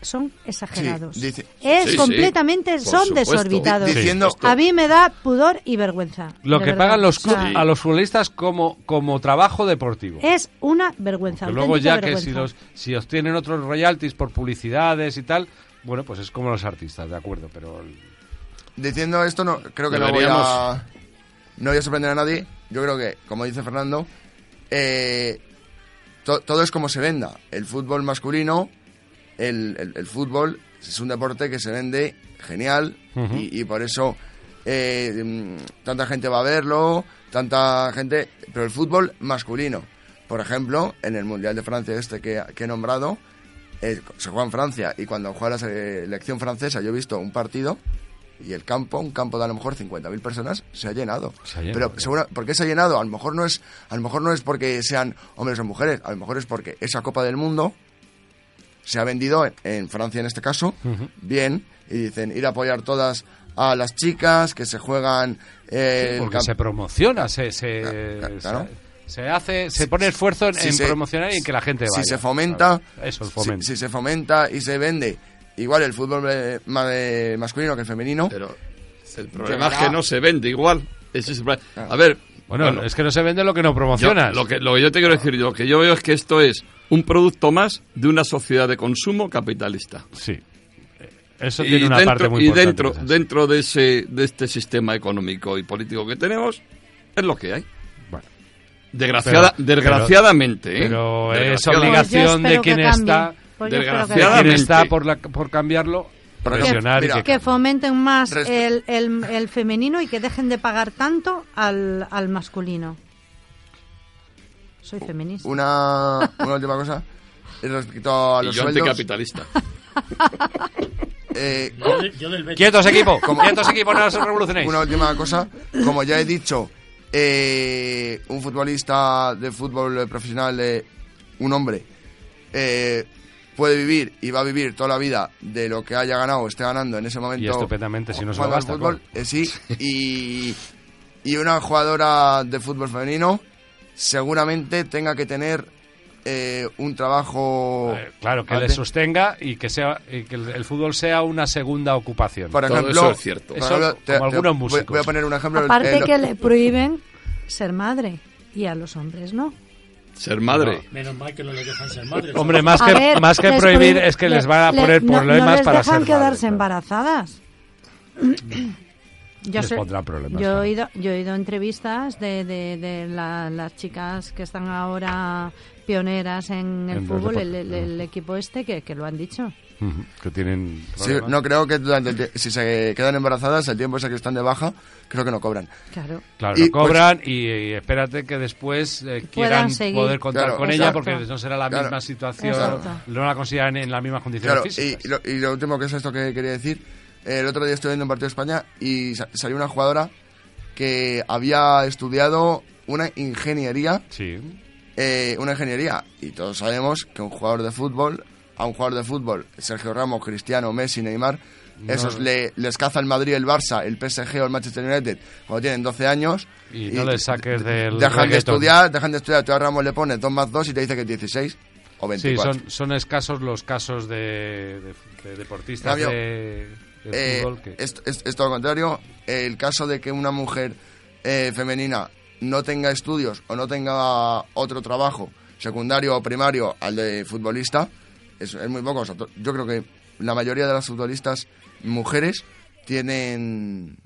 Speaker 4: son exagerados.
Speaker 9: Sí, dice-
Speaker 4: es
Speaker 6: Sí, sí.
Speaker 4: completamente,
Speaker 6: Por
Speaker 4: son
Speaker 6: supuesto.
Speaker 4: desorbitados.
Speaker 9: Di- diciendo-
Speaker 4: A mí me da pudor y vergüenza.
Speaker 3: Lo
Speaker 4: de
Speaker 3: que
Speaker 4: verdad.
Speaker 3: pagan los
Speaker 4: O sea,
Speaker 3: clubes a los futbolistas como, como trabajo deportivo.
Speaker 4: Es una vergüenza.
Speaker 3: Que luego
Speaker 4: auténtica
Speaker 3: ya que si
Speaker 4: vergüenza.
Speaker 3: los si obtienen otros royalties por publicidades y tal, bueno, pues es como los artistas, de acuerdo, pero el-
Speaker 9: Diciendo esto, no creo que no voy
Speaker 6: Deberíamos.
Speaker 9: a. No voy a sorprender a nadie. Yo creo que, como dice Fernando, eh, to- todo es como se venda. El fútbol masculino, el, el- el fútbol, es un deporte que se vende genial y, y por eso eh, mm, tanta gente va a verlo, tanta gente. Pero el fútbol masculino, por ejemplo, en el Mundial de Francia, este que, que he nombrado, eh, se juega en Francia y cuando juega la selección francesa, yo he visto un partido y el campo, un campo de a lo mejor 50.000 personas, se ha llenado.
Speaker 3: Se ha llenado,
Speaker 9: Pero
Speaker 3: ya.
Speaker 9: seguro, ¿por qué se ha llenado? A lo mejor no es, a lo mejor no es porque sean hombres o mujeres, a lo mejor es porque esa Copa del Mundo se ha vendido en, en Francia en este caso, bien, y dicen ir a apoyar todas a las chicas, que se juegan... eh, el
Speaker 3: Porque
Speaker 9: cam-
Speaker 3: se promociona, se, se,
Speaker 9: Ca- ca-
Speaker 3: se-
Speaker 9: claro.
Speaker 3: se hace, se pone esfuerzo en,
Speaker 9: si
Speaker 3: en
Speaker 9: se-
Speaker 3: promocionar y en que la gente
Speaker 9: si
Speaker 3: vaya.
Speaker 9: se fomenta,
Speaker 3: Claro, Eso, el
Speaker 9: si-
Speaker 3: fomento.
Speaker 9: Si, se fomenta y se vende igual el fútbol eh, ma- eh, masculino que el femenino,
Speaker 6: Pero el problema es que no se vende igual. Ese es el problema.
Speaker 9: Ah.
Speaker 6: A ver,
Speaker 3: Bueno,
Speaker 6: bueno,
Speaker 3: es que no se vende lo que no
Speaker 6: yo-
Speaker 3: promocionas.
Speaker 6: lo, que, lo que yo te quiero decir, yo- lo que yo veo es que esto es un producto más de una sociedad de consumo capitalista.
Speaker 3: Sí. Eh, Eso
Speaker 6: Y
Speaker 3: tiene una
Speaker 6: dentro,
Speaker 3: parte muy
Speaker 6: y
Speaker 3: importante.
Speaker 6: dentro,
Speaker 3: quizás.
Speaker 6: dentro de, ese, de este sistema económico y político que tenemos, es lo que hay.
Speaker 3: Bueno.
Speaker 6: Desgraciada,
Speaker 3: Pero-
Speaker 6: desgraciadamente, ¿eh?
Speaker 3: Pero es
Speaker 6: Desgraciadamente.
Speaker 3: obligación
Speaker 4: Pues
Speaker 3: de
Speaker 4: yo espero que
Speaker 3: quien está,
Speaker 4: cambie. Pues yo espero que
Speaker 3: de
Speaker 6: desgraciada-
Speaker 3: quien
Speaker 6: cambie.
Speaker 3: está por, la, por cambiarlo,
Speaker 9: Pero que-
Speaker 3: presionar y
Speaker 9: mira,
Speaker 3: que
Speaker 4: que fomenten más
Speaker 9: Respe-
Speaker 4: el, el- el femenino y que dejen de pagar tanto al, al masculino. Soy feminista.
Speaker 9: una, una última cosa eh, respecto a
Speaker 6: Y
Speaker 9: los
Speaker 6: yo
Speaker 9: sueldos.
Speaker 6: anticapitalista.
Speaker 9: eh, co-
Speaker 5: Yo, del- yo del Betis.
Speaker 3: Quietos equipo,
Speaker 9: Como-
Speaker 3: quietos equipo, no os revolucionéis.
Speaker 9: una última cosa, como ya he dicho, eh, un futbolista de fútbol profesional, de un hombre, eh, puede vivir y va a vivir toda la vida de lo que haya ganado o esté ganando en ese momento.
Speaker 3: Y estupendamente, si no se
Speaker 9: jugando
Speaker 3: lo
Speaker 9: al
Speaker 3: gasta,
Speaker 9: fútbol, eh, sí, y, y una jugadora de fútbol femenino seguramente tenga que tener eh, un trabajo...
Speaker 3: Eh, claro, que le
Speaker 9: Antes-
Speaker 3: sostenga y que, sea, y que el, el fútbol sea una segunda ocupación.
Speaker 9: Por
Speaker 6: Todo
Speaker 9: ejemplo,
Speaker 6: eso es cierto.
Speaker 9: por
Speaker 3: Eso,
Speaker 9: ejemplo,
Speaker 3: como algunos
Speaker 9: voy-
Speaker 3: músicos.
Speaker 9: Voy a poner un ejemplo.
Speaker 4: Aparte
Speaker 9: eh, lo-
Speaker 4: que le prohíben ser madre y a los hombres no.
Speaker 6: Ser madre.
Speaker 5: Menos mal que no les dejan ser madres.
Speaker 3: Hombre, más
Speaker 4: A
Speaker 3: que,
Speaker 4: ver,
Speaker 3: más que
Speaker 4: les
Speaker 3: prohibir
Speaker 4: prohí-
Speaker 3: es que
Speaker 4: le-
Speaker 3: les van a
Speaker 4: le-
Speaker 3: poner
Speaker 4: no-
Speaker 3: problemas
Speaker 4: no les
Speaker 3: para
Speaker 4: dejan
Speaker 3: ser
Speaker 4: quedarse
Speaker 3: madres, claro.
Speaker 4: embarazadas. Yo,
Speaker 3: Les pondrá problemas,
Speaker 4: yo,
Speaker 3: claro.
Speaker 4: he ido, yo he ido a entrevistas de, de- de la- las chicas que están ahora pioneras en el
Speaker 3: En los
Speaker 4: fútbol, el,
Speaker 3: deportes,
Speaker 4: el- el equipo este, que, que lo han dicho.
Speaker 3: Ujú, Que tienen
Speaker 9: Sí,
Speaker 3: problemas.
Speaker 9: no creo que durante el tie- si se quedan embarazadas, el tiempo ese que están de baja, creo que no cobran.
Speaker 4: Claro.
Speaker 3: Claro,
Speaker 9: Y, pues
Speaker 3: lo cobran y, y espérate que después eh, quieran
Speaker 4: seguir.
Speaker 3: poder contar
Speaker 9: Claro,
Speaker 3: con ella
Speaker 4: exacto.
Speaker 3: porque no será la
Speaker 9: Claro,
Speaker 3: misma situación,
Speaker 4: exacto.
Speaker 3: no la consideran en las mismas condiciones
Speaker 9: Claro, y,
Speaker 3: físicas.
Speaker 9: y lo, y lo último que es esto que quería decir, el otro día estuve viendo un partido de España y sa- salió una jugadora que había estudiado una ingeniería,
Speaker 3: Sí,
Speaker 9: eh, una ingeniería, y todos sabemos que un jugador de fútbol, a un jugador de fútbol, Sergio Ramos, Cristiano, Messi, Neymar, esos le, les caza el Madrid, el Barça, el PSG o el Manchester United cuando tienen 12 años.
Speaker 3: Y no les saques del
Speaker 9: Dejan de
Speaker 3: reggaetón.
Speaker 9: estudiar, dejan de estudiar. Tú a Ramos le pones 2 más 2 y te dice que es 16 o
Speaker 3: sí
Speaker 9: 24.
Speaker 3: son, son escasos los casos de, de- de deportistas
Speaker 9: Fabio,
Speaker 3: de, del
Speaker 9: Eh,
Speaker 3: fútbol que...
Speaker 9: es, es- es todo lo contrario. El caso de que una mujer eh, femenina no tenga estudios o no tenga otro trabajo secundario o primario al de futbolista es, es muy poco. O sea, to- yo creo que la mayoría de las futbolistas mujeres tienen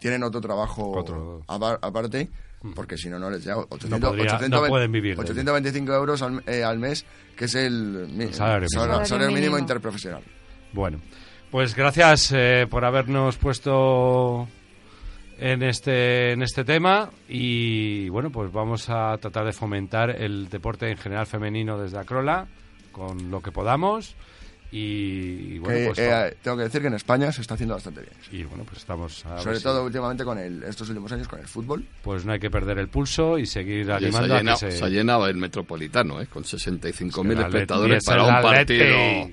Speaker 9: tienen otro trabajo
Speaker 3: Otro.
Speaker 9: apar- aparte porque si no no les llega 800,
Speaker 3: podría- no
Speaker 9: 820
Speaker 3: pueden vivir de ello.
Speaker 9: 825 euros al, eh, al mes que es el, mi-
Speaker 3: salario mínimo.
Speaker 9: salario
Speaker 4: Salario
Speaker 9: mínimo
Speaker 4: mínimo.
Speaker 9: interprofesional
Speaker 3: Bueno, pues gracias eh, por habernos puesto en este, en este tema y bueno, pues vamos a tratar de fomentar el deporte en general femenino desde Acrola con lo que podamos y, y bueno,
Speaker 9: Que,
Speaker 3: pues,
Speaker 9: eh, tengo que decir que en España se está haciendo bastante bien.
Speaker 3: y bueno, pues estamos a ver
Speaker 9: Sobre
Speaker 3: si-
Speaker 9: todo últimamente con el, estos últimos años con el fútbol.
Speaker 3: pues no hay que perder el pulso y seguir
Speaker 6: Oye, se, ha
Speaker 3: animando a que
Speaker 6: llenado,
Speaker 3: se,
Speaker 6: se ha llenado el Metropolitano, ¿eh? con 65.000
Speaker 3: Es que el
Speaker 6: espectadores
Speaker 3: Atleti es
Speaker 6: para un
Speaker 3: el
Speaker 6: partido
Speaker 3: Atleti.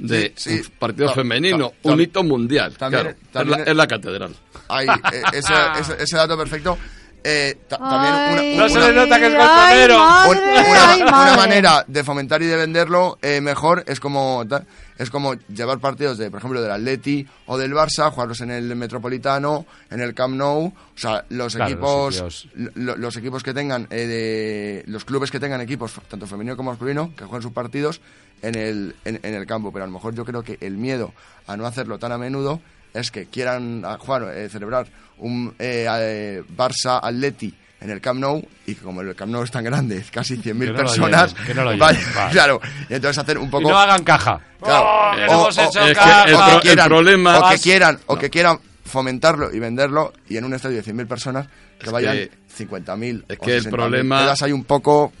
Speaker 6: de
Speaker 9: Sí,
Speaker 6: un
Speaker 9: sí.
Speaker 6: partido
Speaker 9: Ta-
Speaker 6: femenino,
Speaker 9: ta- ta-
Speaker 6: un hito mundial.
Speaker 9: también-
Speaker 6: claro.
Speaker 9: también-
Speaker 6: es, la, es la catedral.
Speaker 9: Ahí, eh, ese, ese- ese dato perfecto. Eh, ta- también
Speaker 4: Ay,
Speaker 9: una,
Speaker 3: No se le nota que es
Speaker 4: ay,
Speaker 3: colchonero.
Speaker 9: un-
Speaker 4: madre,
Speaker 9: una-
Speaker 4: ay,
Speaker 9: una
Speaker 4: madre.
Speaker 9: manera de fomentar y de venderlo eh, mejor es como ta- es como llevar partidos de, por ejemplo, del Atleti o del Barça, jugarlos en el Metropolitano, en el Camp Nou, o sea, los
Speaker 3: Claro, los
Speaker 9: equipos
Speaker 3: sitios.
Speaker 9: lo- los equipos que tengan eh, de- los clubes que tengan equipos tanto femenino como masculino que jueguen sus partidos en el en, en el campo pero a lo mejor yo creo que el miedo a no hacerlo tan a menudo es que quieran a- jugar eh, celebrar un eh, a- eh, Barça Atleti en el Camp Nou y que como el Camp Nou es tan grande es casi 100.000
Speaker 3: Que no lo
Speaker 9: personas
Speaker 3: llenen, que no lo llenen,
Speaker 9: vaya-
Speaker 3: vale.
Speaker 9: claro y entonces hacer un
Speaker 3: y
Speaker 9: poco
Speaker 3: no hagan caja.
Speaker 9: Claro.
Speaker 3: ¡Oh, que no
Speaker 9: O-
Speaker 3: hemos
Speaker 9: o-
Speaker 3: hecho
Speaker 6: es que
Speaker 3: caja!
Speaker 6: el pro-
Speaker 9: o que quieran,
Speaker 6: problema-
Speaker 9: o que quieran, o que quieran fomentarlo y venderlo y en un estadio de 100.000 personas que
Speaker 6: Es
Speaker 9: vayan
Speaker 6: que-
Speaker 9: 50.000
Speaker 6: es
Speaker 9: o
Speaker 6: que el
Speaker 9: 60.000.
Speaker 6: problema-
Speaker 9: Te das ahí un poco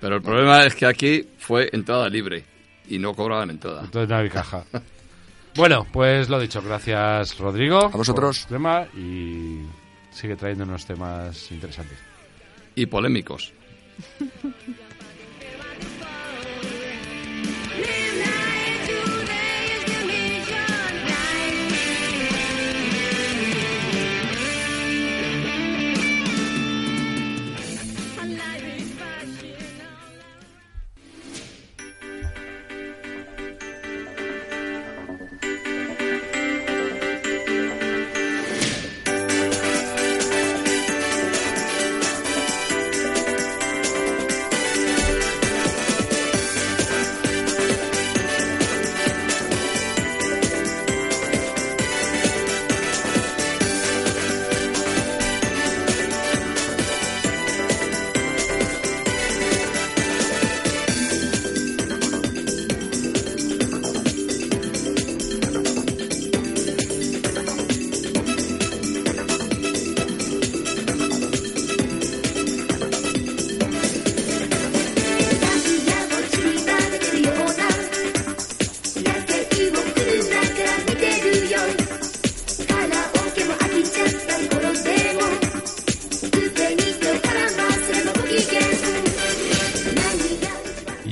Speaker 6: Pero el problema es que aquí fue entrada libre y no cobraban entrada.
Speaker 3: Entonces no hay caja. Bueno, pues lo dicho, gracias Rodrigo. A
Speaker 9: vosotros.
Speaker 3: tema y sigue trayendo unos temas interesantes.
Speaker 6: Y polémicos.
Speaker 8: Midnight, today is the mission night.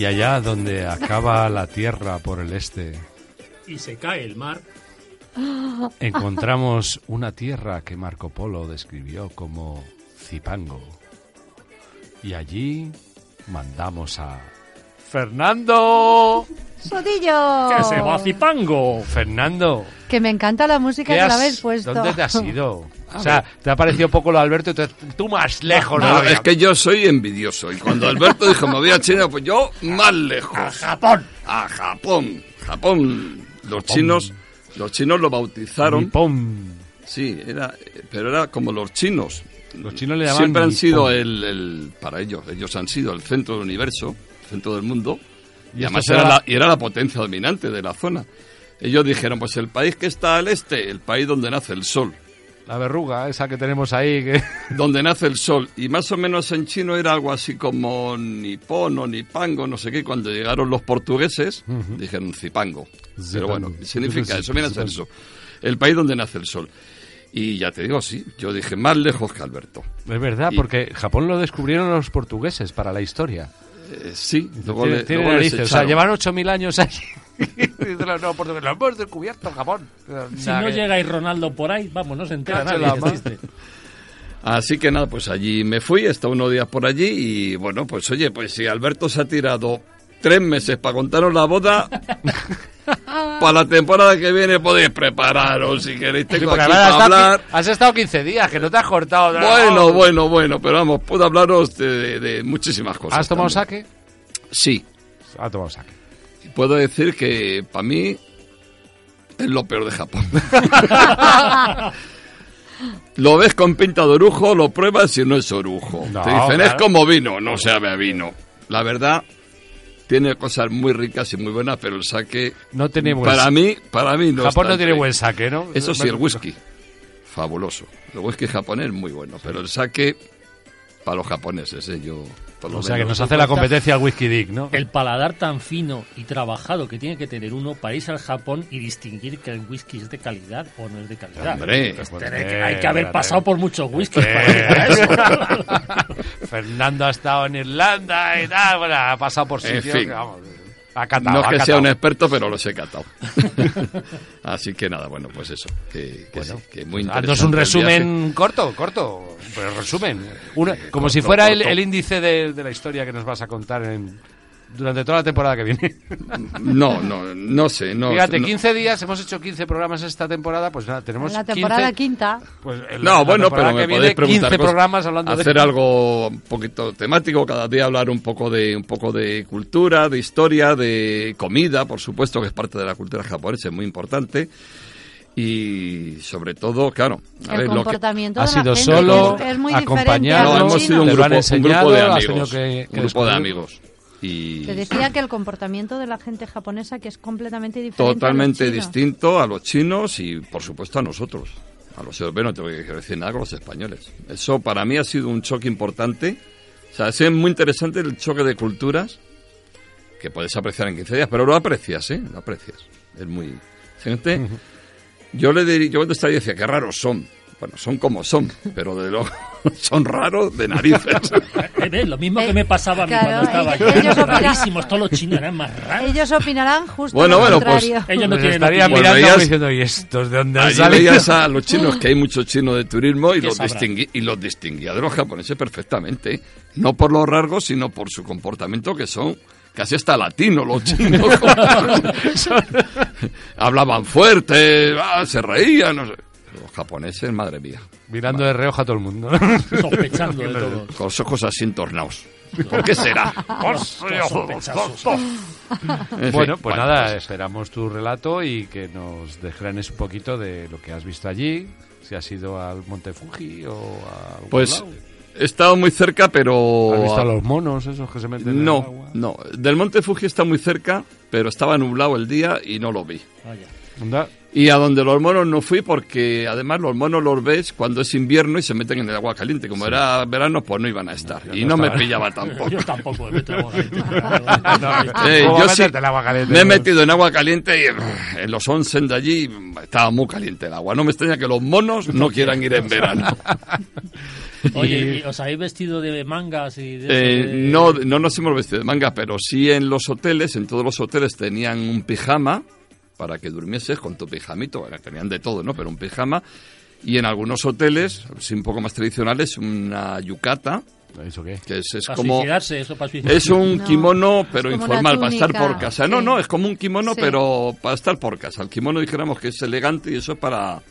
Speaker 3: allá donde acaba la tierra por el este,
Speaker 5: Y se cae el mar.
Speaker 3: encontramos una tierra que Marco Polo describió como Cipango. Y allí mandamos a Fernando.
Speaker 4: ¡Sotillo!
Speaker 5: ¡Que se va a Cipango!
Speaker 3: Fernando,
Speaker 4: Que me encanta la música
Speaker 3: ¿qué
Speaker 4: que la
Speaker 3: has-
Speaker 4: habéis puesto.
Speaker 3: ¿dónde te has ido? O sea, te ha parecido poco lo de Alberto y tú, tú más lejos.
Speaker 6: No,
Speaker 3: todavía.
Speaker 6: es que yo soy envidioso. Y cuando Alberto dijo me voy a China, pues yo más lejos. A Japón. A Japón. Japón. Los chinos, los chinos lo bautizaron.
Speaker 3: Nippon.
Speaker 6: Sí, era, pero era como los chinos.
Speaker 3: Los chinos le llamaban
Speaker 6: Siempre han
Speaker 3: Nippon.
Speaker 6: sido eh, el, el- para ellos, ellos han sido el centro del universo, el centro del mundo, y,
Speaker 3: Y
Speaker 6: además
Speaker 3: esto
Speaker 6: era
Speaker 3: será-
Speaker 6: la, y era la potencia dominante de la zona. Ellos dijeron, pues el país que está al este, el país donde nace el sol,
Speaker 3: La verruga esa que tenemos ahí. Que...
Speaker 6: donde nace el sol, y más o menos en chino era algo así como Nippon o Nipango, no sé qué, cuando llegaron los portugueses, dijeron Zipango, pero
Speaker 3: Zipango.
Speaker 6: bueno, significa
Speaker 3: Entonces,
Speaker 6: eso, viene a ser eso,
Speaker 3: Zipango.
Speaker 6: el país donde nace el sol. Y ya te digo, sí, yo dije, más lejos que Alberto.
Speaker 3: Es verdad,
Speaker 6: Y-
Speaker 3: porque Japón lo descubrieron los portugueses para la historia.
Speaker 6: Eh, sí, luego
Speaker 3: tiene
Speaker 6: le-
Speaker 3: tiene
Speaker 6: luego les
Speaker 3: narices. O sea,
Speaker 6: echaron.
Speaker 3: llevan 8.000 años allí. Dicen los no, portugueses, lo hemos descubierto en Japón.
Speaker 5: Si
Speaker 3: Nada
Speaker 5: no
Speaker 3: que-
Speaker 5: llegáis Ronaldo por ahí, vamos, no se entera
Speaker 3: Cacho
Speaker 5: nadie.
Speaker 3: la mar.
Speaker 5: existe.
Speaker 6: Así que nada, pues allí me fui, he estado unos días por allí y bueno, pues oye, pues si Alberto se ha tirado tres meses para contaros la boda, para la temporada que viene podéis prepararos si queréis,
Speaker 3: Sí,
Speaker 6: tengo
Speaker 3: porque
Speaker 6: aquí
Speaker 3: ahora has,
Speaker 6: para
Speaker 3: estado,
Speaker 6: hablar.
Speaker 3: qui- has estado 15 días, que no te has cortado. no.
Speaker 6: Bueno, bueno, bueno, pero vamos, puedo hablaros de, de- de muchísimas cosas.
Speaker 3: ¿Has tomado
Speaker 6: también.
Speaker 3: saque?
Speaker 6: Sí,
Speaker 3: Ha tomado saque.
Speaker 6: puedo decir que para mí es lo peor de Japón. lo ves con pinta de orujo, lo pruebas y no es orujo.
Speaker 3: No,
Speaker 6: Te dicen, es
Speaker 3: claro.
Speaker 6: como vino, no sabe a vino. La verdad, tiene cosas muy ricas y muy buenas, pero el saque...
Speaker 3: No tiene buen
Speaker 6: Para
Speaker 3: saque.
Speaker 6: mí, para mí no
Speaker 3: Japón no
Speaker 6: está
Speaker 3: tiene
Speaker 6: entre-
Speaker 3: buen saque, ¿no?
Speaker 6: Eso sí, el whisky. Fabuloso. El whisky japonés muy bueno, pero el saque para los japoneses, ¿eh? Yo, por lo
Speaker 3: O sea, que
Speaker 6: menos-
Speaker 3: nos hace la competencia al whisky dick, ¿no?
Speaker 5: El paladar tan fino y trabajado que tiene que tener uno para irse al Japón y distinguir que el whisky es de calidad o no es de calidad.
Speaker 6: Hombre,
Speaker 5: Tener que-
Speaker 3: Eh,
Speaker 5: hay que haber
Speaker 3: espérate.
Speaker 5: pasado por muchos whiskies
Speaker 3: Eh,
Speaker 5: para llegar a eso.
Speaker 3: Fernando ha estado en Irlanda y tal, bueno, ha pasado por
Speaker 6: En
Speaker 3: sitios
Speaker 6: fin.
Speaker 3: que, vamos, ha catado,
Speaker 6: No es
Speaker 3: ha
Speaker 6: que sea
Speaker 3: catado.
Speaker 6: un experto, pero los he catado. Así que nada, bueno, pues eso. Que, que
Speaker 3: Bueno. pues
Speaker 6: sí, que muy interesante.
Speaker 3: Haznos Ah, un
Speaker 6: el
Speaker 3: resumen
Speaker 6: viaje.
Speaker 3: corto, corto, pero resumen. Una- como
Speaker 6: corto,
Speaker 3: si fuera el,
Speaker 6: corto.
Speaker 3: el índice de, de la historia que nos vas a contar en- durante toda la temporada que viene.
Speaker 6: No, no, no sé. No,
Speaker 3: Fíjate,
Speaker 6: no-
Speaker 3: 15 días, hemos hecho 15 programas esta temporada, pues nada, tenemos
Speaker 4: la temporada
Speaker 3: 15,
Speaker 4: quinta.
Speaker 3: pues, en la-
Speaker 6: No,
Speaker 3: la
Speaker 6: bueno,
Speaker 3: temporada
Speaker 6: pero me
Speaker 3: que viene,
Speaker 6: podéis preguntar
Speaker 3: 15
Speaker 6: cosas.
Speaker 3: programas hablando de...
Speaker 6: hacer algo un poquito temático, cada día hablar un poco de un poco de cultura, de historia, de comida, por supuesto que es parte de la cultura japonesa, es muy importante. Y sobre todo, claro, a
Speaker 4: el
Speaker 6: ver, lo que,
Speaker 4: comportamiento
Speaker 3: Ha
Speaker 4: de la
Speaker 3: sido
Speaker 4: gente
Speaker 3: solo,
Speaker 4: es, es muy
Speaker 3: acompañado.
Speaker 4: diferente. a
Speaker 6: no,
Speaker 4: los
Speaker 6: hemos sido
Speaker 4: chinos.
Speaker 6: un
Speaker 3: Te lo
Speaker 6: grupo,
Speaker 3: han
Speaker 6: un grupo
Speaker 3: enseñado,
Speaker 6: de
Speaker 3: has
Speaker 6: amigos,
Speaker 3: tenido que- que
Speaker 6: un grupo de
Speaker 3: descubrir.
Speaker 6: amigos. Y
Speaker 4: Te decía que el comportamiento de la gente japonesa que es completamente diferente. a
Speaker 6: totalmente
Speaker 4: los chinos.
Speaker 6: distinto a los chinos y por supuesto a nosotros. A los europeos no tengo que decir nada con los españoles. Eso para mí ha sido un choque importante. O sea, es muy interesante el choque de culturas que puedes apreciar en 15 días, pero lo aprecias, ¿eh? Lo aprecias. Es muy... Gente, yo le diría, yo cuando estaba ahí decía, qué raros son. Bueno, son como son, pero de luego son raros de narices.
Speaker 5: Eh, ves, Lo mismo
Speaker 4: Eh,
Speaker 5: que me pasaba a mí
Speaker 4: claro,
Speaker 5: cuando estaba aquí.
Speaker 4: ellos- ellos
Speaker 5: Eran
Speaker 4: opinan-
Speaker 5: rarísimos, todos los chinos eran más raros.
Speaker 4: Ellos opinarán justo
Speaker 6: Bueno,
Speaker 4: lo
Speaker 6: bueno, pues,
Speaker 4: contrario.
Speaker 5: Ellos no
Speaker 3: Pues
Speaker 5: tienen
Speaker 3: estaría
Speaker 5: opinión.
Speaker 6: Bueno,
Speaker 3: mirando
Speaker 6: ellas-
Speaker 3: diciendo, ¿y estos de dónde han
Speaker 6: Allí
Speaker 3: salido?
Speaker 6: veías a los chinos, que hay muchos chinos de turismo, y
Speaker 5: ¿Qué
Speaker 6: los,
Speaker 5: sabrá?
Speaker 6: distingui- y los distinguía de los japoneses perfectamente. ¿eh? No por los rasgos, sino por su comportamiento, que son casi hasta latinos los chinos. Hablaban fuerte, ah, se reían. no sé. Los japoneses, madre mía,
Speaker 3: Mirando de reojo a todo el mundo.
Speaker 5: Sospechando de todo.
Speaker 6: con los ojos así entornados. ¿Por qué será? En fin,
Speaker 3: bueno, pues nada,
Speaker 6: pues-
Speaker 3: esperamos tu relato y que nos desgranes un poquito de lo que has visto allí, si has ido al Monte Fuji o a... algún
Speaker 6: Pues
Speaker 3: lado.
Speaker 6: he estado muy cerca, pero...
Speaker 3: eh. ¿Has visto a los monos esos que se meten en el
Speaker 6: No,
Speaker 3: agua?
Speaker 6: no. Del monte Fuji está muy cerca, pero estaba nublado el día y no lo vi.
Speaker 5: Vaya.
Speaker 3: Anda,
Speaker 6: Y a donde los monos no fui porque además los monos los ves cuando es invierno y se meten en el agua caliente. Como era verano, pues no iban a estar. y no me pillaba tampoco.
Speaker 5: Yo tampoco me meto en agua caliente.
Speaker 6: Eh,
Speaker 3: ¿Cómo va
Speaker 6: yo
Speaker 3: a
Speaker 6: sí,
Speaker 3: meterte el agua caliente?
Speaker 6: me he metido en agua caliente y brr, en los onsen de allí mm, estaba muy caliente el agua. No me extraña que los monos no quieran ir en verano.
Speaker 5: Oye, ¿y ¿os habéis vestido de mangas y de,
Speaker 6: Eh,
Speaker 5: de-
Speaker 6: no, no nos hemos vestido de manga, pero sí en los hoteles, en todos los hoteles tenían un pijama para que durmieses con tu pijamito. Bueno, tenían de todo, ¿no? Pero un pijama. Y en algunos hoteles, sí, un poco más tradicionales, una yucata,
Speaker 3: ¿Eso qué?
Speaker 6: que es, es
Speaker 5: para
Speaker 6: como...
Speaker 5: suicidarse? Eso para suicidarse.
Speaker 6: Es un
Speaker 4: No,
Speaker 6: kimono,
Speaker 4: es
Speaker 6: pero
Speaker 4: como una
Speaker 6: informal, para estar
Speaker 4: túnica,
Speaker 6: por casa. No,
Speaker 4: sí.
Speaker 6: no, es como un kimono,
Speaker 4: Sí.
Speaker 6: pero para estar por casa. El kimono dijéramos que es elegante y eso es para...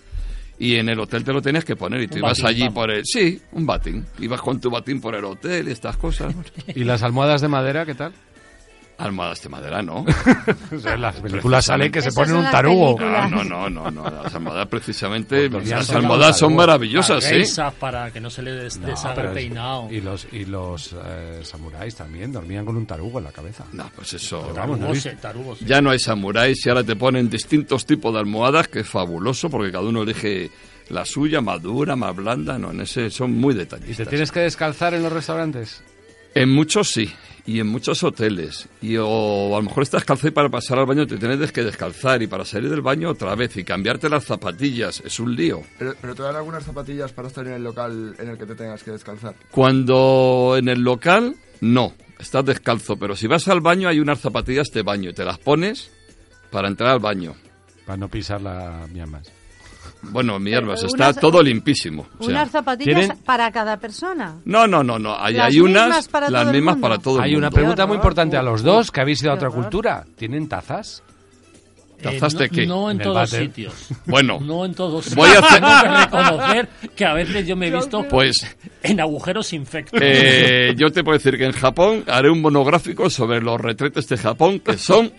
Speaker 6: Y en el hotel te lo tenías que poner y tú
Speaker 5: Un
Speaker 6: ibas
Speaker 5: batín,
Speaker 6: allí
Speaker 5: vamos.
Speaker 6: por el... Sí, un batín. Ibas con tu batín por el hotel y estas cosas.
Speaker 3: ¿Y las almohadas de madera qué tal?
Speaker 6: Almohadas de madera, ¿no?
Speaker 3: O sea, en las
Speaker 6: Pues,
Speaker 3: películas sale que se
Speaker 4: Esas
Speaker 3: ponen
Speaker 4: son
Speaker 3: un
Speaker 4: las
Speaker 3: tarugo.
Speaker 4: películas.
Speaker 6: No, no, no, no, no. Las almohadas precisamente...
Speaker 3: Pues
Speaker 6: Las
Speaker 3: son
Speaker 6: almohadas son
Speaker 3: almohadas.
Speaker 6: maravillosas,
Speaker 5: Para
Speaker 6: ¿eh?
Speaker 5: gaysas, Para que no se le des
Speaker 3: No, pero es-
Speaker 5: desapeinado.
Speaker 3: Y los, y los eh, samuráis también dormían con un tarugo en la cabeza.
Speaker 6: No, pues eso...
Speaker 3: Vamos, ¿no
Speaker 5: Tarugos,
Speaker 3: viste?
Speaker 5: eh, tarugos, eh.
Speaker 6: Ya no hay samuráis y ahora te ponen distintos tipos de almohadas, que es fabuloso porque cada uno elige la suya, más dura, más blanda, no, en ese son muy
Speaker 3: ¿Y
Speaker 6: detallistas.
Speaker 3: te tienes que descalzar en los restaurantes?
Speaker 6: En muchos sí, y en muchos hoteles. Y o a lo mejor estás calzado y para pasar al baño te tienes que descalzar y para salir del baño otra vez y cambiarte las zapatillas, es un lío.
Speaker 9: Pero, pero te dan algunas zapatillas para estar en el local en el que te tengas que descalzar.
Speaker 6: Cuando en el local, no, estás descalzo, pero si vas al baño hay unas zapatillas de baño y te las pones para entrar al baño.
Speaker 3: Para no pisar la miamas.
Speaker 6: Bueno, mierda,
Speaker 4: Pero
Speaker 6: está
Speaker 4: Eh, unas-
Speaker 6: todo limpísimo. o sea.
Speaker 4: Unas zapatillas
Speaker 3: ¿tienen?
Speaker 4: para cada persona.
Speaker 6: No, no, no, no. Hay,
Speaker 4: Las
Speaker 6: hay unas,
Speaker 4: mismas para
Speaker 6: las
Speaker 4: todo el
Speaker 6: mismas
Speaker 4: mundo.
Speaker 6: para todo el
Speaker 3: Hay
Speaker 6: mundo.
Speaker 3: una pregunta muy
Speaker 4: horror.
Speaker 3: importante a los dos que habéis ido a
Speaker 4: Qué
Speaker 3: otra
Speaker 4: horror.
Speaker 3: cultura. ¿Tienen tazas?
Speaker 6: ¿Tazas
Speaker 5: Eh, no-
Speaker 6: de qué?
Speaker 5: No en
Speaker 3: En el
Speaker 5: todos
Speaker 3: váter.
Speaker 5: sitios.
Speaker 6: Bueno,
Speaker 5: No en todos sitios.
Speaker 6: Voy a hacer-
Speaker 5: Tengo que reconocer que a veces yo me he visto
Speaker 6: pues
Speaker 5: en agujeros infectos.
Speaker 6: eh, yo te puedo decir que en Japón haré un monográfico sobre los retretes de Japón que son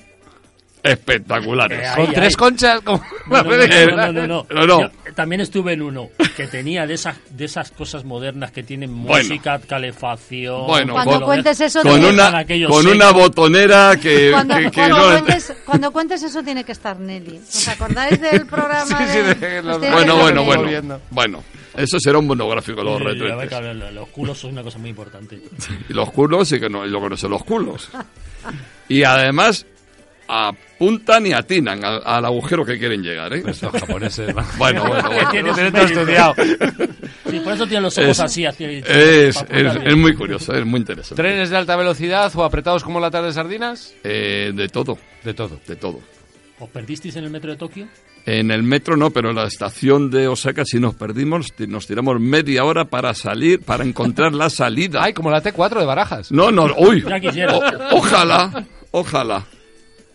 Speaker 6: espectaculares.
Speaker 5: Eh, ahí,
Speaker 3: Con
Speaker 5: ahí.
Speaker 3: tres conchas. como-
Speaker 5: No, no, no, no, no, no, no.
Speaker 6: No, no.
Speaker 5: Yo también estuve en uno que tenía de esas, de esas cosas modernas que tienen
Speaker 6: Bueno.
Speaker 5: música, calefacción.
Speaker 6: Bueno, pues,
Speaker 5: que
Speaker 6: Cuando
Speaker 5: lo
Speaker 4: cuentes
Speaker 5: dejan-
Speaker 4: eso
Speaker 5: que
Speaker 6: Con
Speaker 5: lo dejan
Speaker 6: una,
Speaker 5: aquello
Speaker 6: con
Speaker 5: seco.
Speaker 6: una botonera que,
Speaker 4: Cuando,
Speaker 6: que- que
Speaker 4: cuando
Speaker 6: no-
Speaker 4: cuentes, cuando cuentes eso tiene que estar Nelly. ¿Os acordáis del programa?
Speaker 3: Sí, sí,
Speaker 4: de-
Speaker 3: de-
Speaker 4: Pues
Speaker 3: los-
Speaker 4: tiene que
Speaker 6: Bueno,
Speaker 4: estar
Speaker 6: bueno,
Speaker 4: Nelly.
Speaker 6: bueno. Bueno, eso será un monográfico, los
Speaker 5: Eh, a ver,
Speaker 6: retretes.
Speaker 5: cabrón, lo- los culos son una cosa muy importante.
Speaker 6: Y los culos, y, que no, y lo que no son los culos. Y además apuntan y atinan al, al agujero que quieren llegar, ¿eh?
Speaker 3: Los japoneses. van-
Speaker 6: Bueno, bueno, bueno.
Speaker 5: Tiene
Speaker 3: Lo
Speaker 5: su
Speaker 3: tienen todo
Speaker 5: mérito.
Speaker 3: estudiado.
Speaker 5: Sí, por eso tienen los ojos
Speaker 6: Es-
Speaker 5: así. hacia el-
Speaker 6: Es,
Speaker 5: para
Speaker 6: es,
Speaker 5: apuntar.
Speaker 6: es muy curioso, es muy interesante.
Speaker 3: ¿Trenes de alta velocidad o apretados como latas de sardinas?
Speaker 6: Eh, de todo,
Speaker 3: De todo.
Speaker 6: de todo.
Speaker 5: ¿Os perdisteis en el metro de Tokio?
Speaker 6: En el metro no, pero en la estación de Osaka si nos perdimos, ti- nos tiramos media hora para salir, para encontrar la salida.
Speaker 3: Ay, como la T4 de Barajas.
Speaker 6: No, no, uy.
Speaker 5: Ya quisiera.
Speaker 6: O- ojalá, ojalá.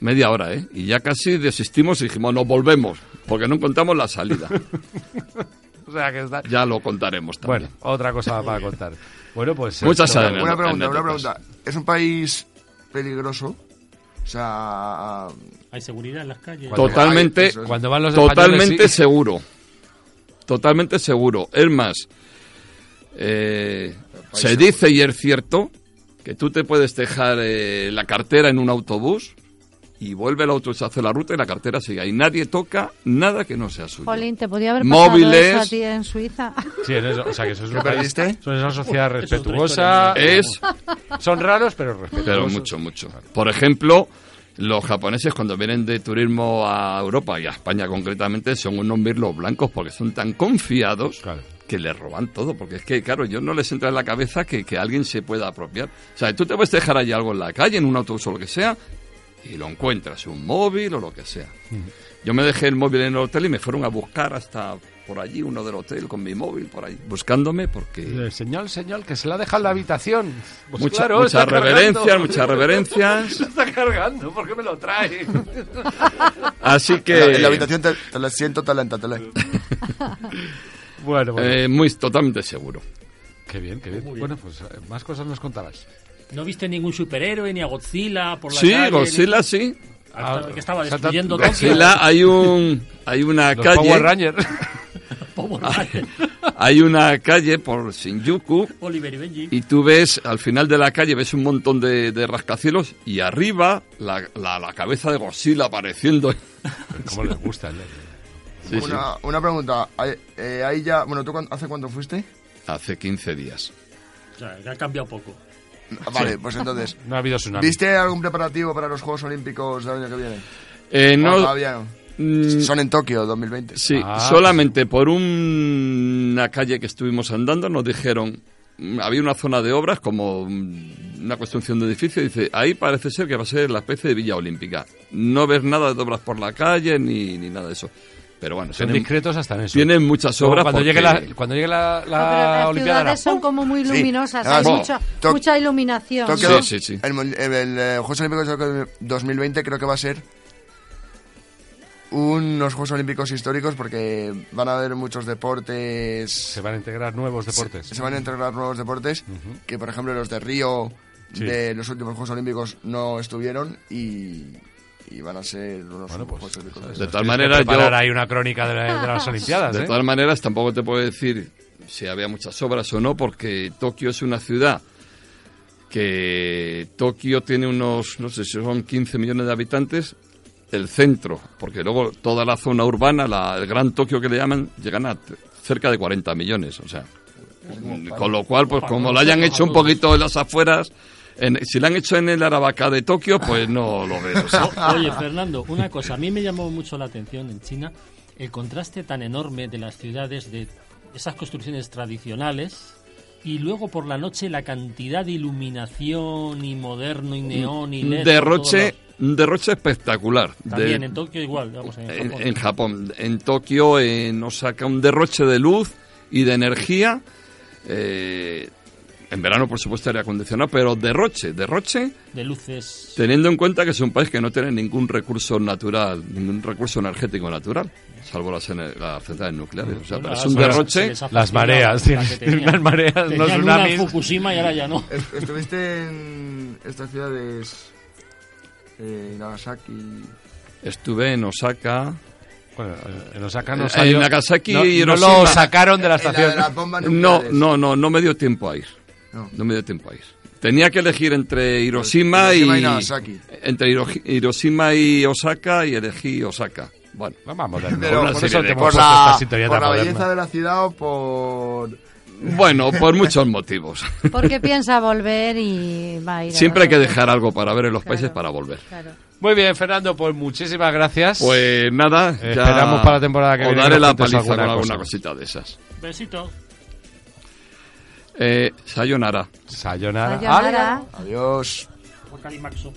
Speaker 6: Media hora, ¿eh? Y ya casi desistimos y dijimos, nos volvemos, porque no encontramos la salida.
Speaker 3: O sea, que está...
Speaker 6: Ya lo contaremos
Speaker 3: Bueno,
Speaker 6: también.
Speaker 3: otra cosa para contar. Bueno, pues...
Speaker 6: Muchas
Speaker 3: esto-
Speaker 6: anécdotas.
Speaker 9: Una pregunta, una
Speaker 6: anécdotas.
Speaker 9: pregunta. ¿Es un país peligroso? O sea,
Speaker 5: ¿Hay seguridad en las calles?
Speaker 3: Cuando- pues,
Speaker 6: Totalmente,
Speaker 9: Ay, eso es-
Speaker 3: Cuando van los
Speaker 6: Totalmente
Speaker 3: españoles, sí.
Speaker 6: seguro. Totalmente seguro. Es más, eh, se dice y es cierto que tú te puedes dejar eh, la cartera en un autobús y vuelve el autobús hace la ruta y la cartera sigue ahí. Nadie toca nada que no sea suyo.
Speaker 4: Jolín, te podía haber pasado
Speaker 6: Móviles.
Speaker 4: eso a ti en Suiza.
Speaker 3: Sí, en eso- o sea, que eso es, un
Speaker 9: ¿Qué
Speaker 3: país-
Speaker 9: perdiste?
Speaker 3: eso es una sociedad
Speaker 5: Uf, es otra
Speaker 3: respetuosa.
Speaker 5: historia.
Speaker 6: Es,
Speaker 3: Son raros, pero
Speaker 6: pero
Speaker 3: respetuosos.
Speaker 6: mucho, mucho. Por ejemplo, los japoneses cuando vienen de turismo a Europa y a España concretamente son unos mirlos blancos porque son tan confiados
Speaker 3: Claro.
Speaker 6: que le roban todo, porque es que, claro, yo no les entra en la cabeza que, que alguien se pueda apropiar. O sea, tú te puedes dejar allí algo en la calle, en un autobús o lo que sea, y lo encuentras, un móvil o lo que sea. Yo me dejé el móvil en el hotel y me fueron a buscar hasta por allí, uno del hotel, con mi móvil por ahí, buscándome porque...
Speaker 3: El Eh, señor, señor, que se la ha dejado en la habitación. Pues
Speaker 6: Mucha-
Speaker 3: claro,
Speaker 6: muchas
Speaker 3: está cargando.
Speaker 6: reverencias, muchas reverencias.
Speaker 3: Se está cargando, ¿por qué me lo trae?
Speaker 6: Así que...
Speaker 9: en la, en la habitación te, te la siento talenta, te la-
Speaker 3: bueno, bueno.
Speaker 6: eh, muy totalmente seguro.
Speaker 3: qué bien, qué bien.
Speaker 5: muy bien.
Speaker 3: Bueno, pues eh, más cosas nos contarás.
Speaker 5: ¿No viste ningún superhéroe ni a Godzilla por la
Speaker 6: Sí,
Speaker 5: calle, ni-
Speaker 6: Godzilla sí.
Speaker 5: Hasta
Speaker 3: Ah,
Speaker 5: que estaba
Speaker 3: Santa-
Speaker 5: destruyendo Tokio.
Speaker 6: Godzilla hay un hay una
Speaker 3: Los
Speaker 6: calle
Speaker 3: Power Rangers.
Speaker 5: Power Rangers,
Speaker 6: hay una calle por Shinjuku
Speaker 5: Oliver y Benji.
Speaker 6: y tú ves al final de la calle ves un montón de, de rascacielos y arriba la, la- la cabeza de Godzilla apareciendo
Speaker 3: Como les gusta. ¿no?
Speaker 6: Sí, sí.
Speaker 9: una, una pregunta. Ahí, eh, ahí ya, bueno, ¿tú cuán- hace cuánto fuiste?
Speaker 6: Hace 15 días.
Speaker 5: O sea, que ha cambiado poco.
Speaker 9: Vale, pues entonces.
Speaker 3: No ha habido tsunami.
Speaker 9: ¿Viste algún preparativo para los Juegos Olímpicos del año que viene?
Speaker 6: Eh,
Speaker 9: ¿O
Speaker 6: no,
Speaker 9: Todavía no.
Speaker 6: mm,
Speaker 9: Son en Tokio 2020.
Speaker 6: Sí,
Speaker 3: Ah,
Speaker 6: solamente por un- una calle que estuvimos andando nos dijeron, mm, había una zona de obras como mm, una construcción de edificio, dice, ahí parece ser que va a ser la especie de Villa Olímpica. No ves nada de obras por la calle ni, ni nada de eso. Pero bueno,
Speaker 3: Son
Speaker 6: tienen-
Speaker 3: discretos hasta en eso.
Speaker 6: Tienen muchas
Speaker 3: Luego,
Speaker 6: obras
Speaker 3: cuando,
Speaker 6: porque-
Speaker 3: llegue la, cuando llegue la, la
Speaker 4: No, pero las
Speaker 3: Olimpiada.
Speaker 4: ciudades
Speaker 3: hará
Speaker 4: son como muy
Speaker 9: Sí.
Speaker 4: luminosas,
Speaker 9: Ah,
Speaker 4: hay
Speaker 9: bueno.
Speaker 4: mucha,
Speaker 9: Toc-
Speaker 4: mucha iluminación.
Speaker 9: Tokio
Speaker 6: Sí,
Speaker 9: dos-
Speaker 6: sí,
Speaker 3: Pues
Speaker 6: sí.
Speaker 9: El, mon- el- el, eh, Juegos Olímpicos de Tokio 2020 creo que va a ser unos Juegos Olímpicos históricos porque van a haber muchos deportes.
Speaker 3: Se van a integrar nuevos deportes.
Speaker 9: Se van a integrar nuevos deportes que, por ejemplo, los de Río
Speaker 3: Sí.
Speaker 9: de los últimos Juegos Olímpicos no estuvieron y, y van a ser unos
Speaker 3: Bueno, pues,
Speaker 9: Juegos Olímpicos.
Speaker 6: De tal
Speaker 3: Tienes que
Speaker 6: manera, yo,
Speaker 3: preparar ahí una crónica de, la- de las Olimpiadas.
Speaker 6: de
Speaker 3: ¿eh?
Speaker 6: todas maneras, tampoco te puedo decir si había muchas obras o no, porque Tokio es una ciudad que Tokio tiene unos, no sé si son 15 millones de habitantes, el centro, porque luego toda la zona urbana, la- el gran Tokio que le llaman, llegan a t- cerca de 40 millones, o sea. Con lo cual, pues como lo hayan hecho un poquito en las afueras, en- si lo han hecho en el Aravaca de Tokio, pues no lo veo. o sea.
Speaker 5: O- Oye, Fernando, una cosa, a mí me llamó mucho la atención en China el contraste tan enorme de las ciudades, de esas construcciones tradicionales, y luego por la noche la cantidad de iluminación y moderno y neón y
Speaker 6: Un
Speaker 5: LED.
Speaker 6: derroche,
Speaker 5: por todos
Speaker 6: un derroche espectacular.
Speaker 5: lados. También
Speaker 6: De-
Speaker 5: en Tokio igual, vamos, en
Speaker 6: en,
Speaker 5: Japón.
Speaker 6: en Japón. En Tokio eh, nos saca un derroche de luz y de energía. eh, en verano, por supuesto, aire acondicionado, pero derroche, derroche,
Speaker 5: de luces.
Speaker 6: teniendo en cuenta que es un país que no tiene ningún recurso natural, ningún recurso energético natural, salvo las, ener- las centrales nucleares. O sea, pero
Speaker 5: Ahora
Speaker 6: es un
Speaker 5: se- se
Speaker 6: derroche.
Speaker 5: les ha
Speaker 3: Las
Speaker 5: fastidiado
Speaker 3: mareas,
Speaker 5: la que
Speaker 3: tienes-
Speaker 5: tenían.
Speaker 3: las mareas, los
Speaker 5: Tenían una
Speaker 3: tsunamis.
Speaker 5: en Fukushima y ahora ya no.
Speaker 9: Est- ¿Estuviste en estas ciudades? eh, Nagasaki.
Speaker 6: Estuve en Osaka.
Speaker 3: Bueno, eh, en Osaka no
Speaker 6: En
Speaker 3: salió-
Speaker 6: Nagasaki
Speaker 3: no,
Speaker 6: y
Speaker 3: no lo
Speaker 6: Hiroshima.
Speaker 3: sacaron de la
Speaker 9: En la
Speaker 3: estación.
Speaker 9: de las bombas
Speaker 6: No,
Speaker 9: nucleares.
Speaker 6: no, no, no me dio tiempo a ir.
Speaker 9: No.
Speaker 6: No, me dio tiempo a ir. Tenía que elegir entre Hiroshima,
Speaker 9: Hiroshima
Speaker 6: y,
Speaker 9: y Nagasaki.
Speaker 6: entre Hiro- Hiroshima y Osaka y elegí Osaka. Bueno,
Speaker 3: Vamos, moderno.
Speaker 9: Pero
Speaker 3: Por
Speaker 9: por,
Speaker 3: eso
Speaker 6: serie
Speaker 3: te
Speaker 6: de
Speaker 3: hemos
Speaker 9: por
Speaker 3: puesto
Speaker 9: la,
Speaker 3: esta sintonía
Speaker 9: por
Speaker 3: tan
Speaker 9: la
Speaker 3: moderna.
Speaker 9: belleza de la ciudad o por.
Speaker 6: bueno, por muchos motivos.
Speaker 4: Porque piensa volver y va a ir. a
Speaker 6: Siempre hay que
Speaker 4: verlo.
Speaker 6: dejar algo para ver en los países
Speaker 4: Claro.
Speaker 6: para volver.
Speaker 4: Claro.
Speaker 3: Muy bien, Fernando, pues muchísimas gracias.
Speaker 6: Pues nada, ya-
Speaker 3: Eh, Esperamos para la temporada que
Speaker 6: o
Speaker 3: viene
Speaker 6: daré
Speaker 3: que nos
Speaker 6: la
Speaker 3: cuentes
Speaker 6: paliza con
Speaker 3: alguna
Speaker 6: alguna
Speaker 3: cosa.
Speaker 6: cosita de esas.
Speaker 5: Besito.
Speaker 6: Eh, sayonara.
Speaker 3: Sayonara.
Speaker 4: Sayonara.
Speaker 9: Adiós.
Speaker 5: Wakarimaxo.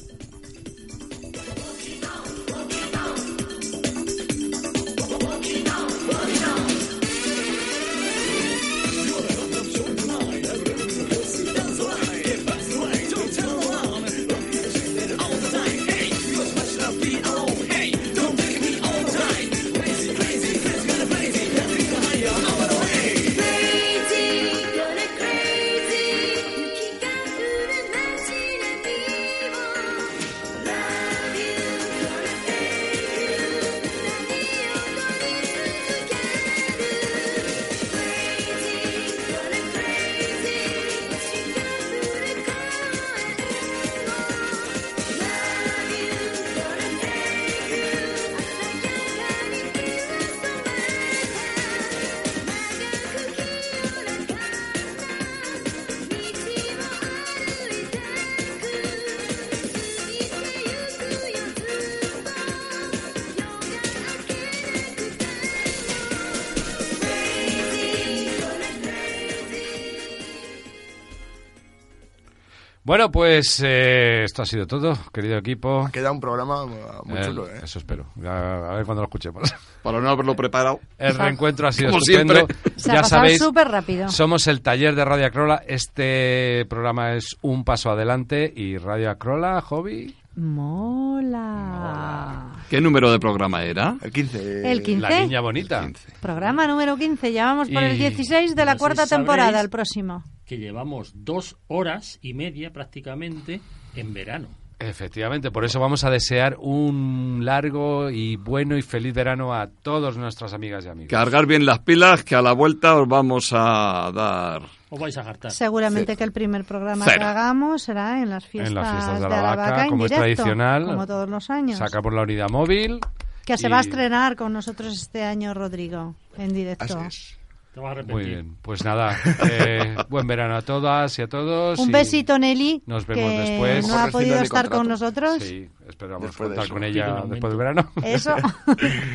Speaker 3: Bueno, pues eh, esto ha sido todo, querido equipo.
Speaker 9: Queda un programa Ah, muy
Speaker 3: Eh,
Speaker 9: chulo, ¿eh?
Speaker 3: Eso espero. Ya- a ver cuando lo escuchemos.
Speaker 6: Para no haberlo preparado.
Speaker 3: El reencuentro ha sido
Speaker 6: Como
Speaker 3: estupendo.
Speaker 6: siempre.
Speaker 4: Se ha
Speaker 3: ya
Speaker 4: pasado
Speaker 3: sabéis,
Speaker 4: súper rápido.
Speaker 3: somos el taller de Radio Acrola. Este programa es un paso adelante y Radio Acrola, hobby.
Speaker 4: Mola.
Speaker 6: ¿Qué número de programa era?
Speaker 9: El 15.
Speaker 4: El 15.
Speaker 3: La niña bonita.
Speaker 4: Programa número 15. Ya vamos por el
Speaker 3: Y-
Speaker 4: 16 de la
Speaker 5: No sé si
Speaker 4: cuarta
Speaker 5: sabréis-
Speaker 4: temporada, el próximo.
Speaker 5: Que llevamos dos horas y media prácticamente en verano.
Speaker 3: Efectivamente, por eso vamos a desear un largo y bueno y feliz verano a todas nuestras amigas y amigos.
Speaker 6: Cargar bien las pilas, que a la vuelta os vamos a dar
Speaker 5: Os vais a hartar.
Speaker 4: Seguramente que el primer programa
Speaker 6: Cero.
Speaker 4: que hagamos será en las fiestas,
Speaker 3: en las fiestas de
Speaker 4: de
Speaker 3: Aravaca,
Speaker 4: Aravaca, en
Speaker 3: como es
Speaker 4: directo,
Speaker 3: tradicional.
Speaker 4: como todos los años.
Speaker 3: Sacamos la unidad móvil
Speaker 4: Que se va a
Speaker 3: Y-
Speaker 4: estrenar con nosotros este año, Rodrigo, en
Speaker 9: Así
Speaker 4: directo.
Speaker 9: es.
Speaker 5: Te vas a arrepentir.
Speaker 3: Muy bien, pues nada, eh, buen verano a todas y a todos.
Speaker 4: Un
Speaker 3: y-
Speaker 4: besito, Nelly,
Speaker 3: Nos vemos
Speaker 4: que
Speaker 3: después.
Speaker 4: no ha
Speaker 9: Corre
Speaker 4: podido
Speaker 9: final de
Speaker 4: estar con
Speaker 9: contrato.
Speaker 4: nosotros.
Speaker 3: Sí, esperamos
Speaker 9: Después de
Speaker 3: contar
Speaker 9: eso.
Speaker 3: con
Speaker 5: Pide un
Speaker 3: ella
Speaker 5: aumento.
Speaker 3: después del verano.
Speaker 4: Eso.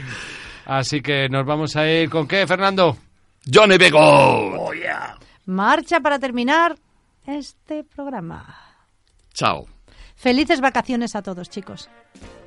Speaker 3: Así que nos vamos a ir con qué, Fernando.
Speaker 6: Johnny B. Goode.
Speaker 4: Marcha para terminar este programa.
Speaker 6: Chao.
Speaker 4: Felices vacaciones a todos, chicos.
Speaker 8: Oh,
Speaker 5: Mm,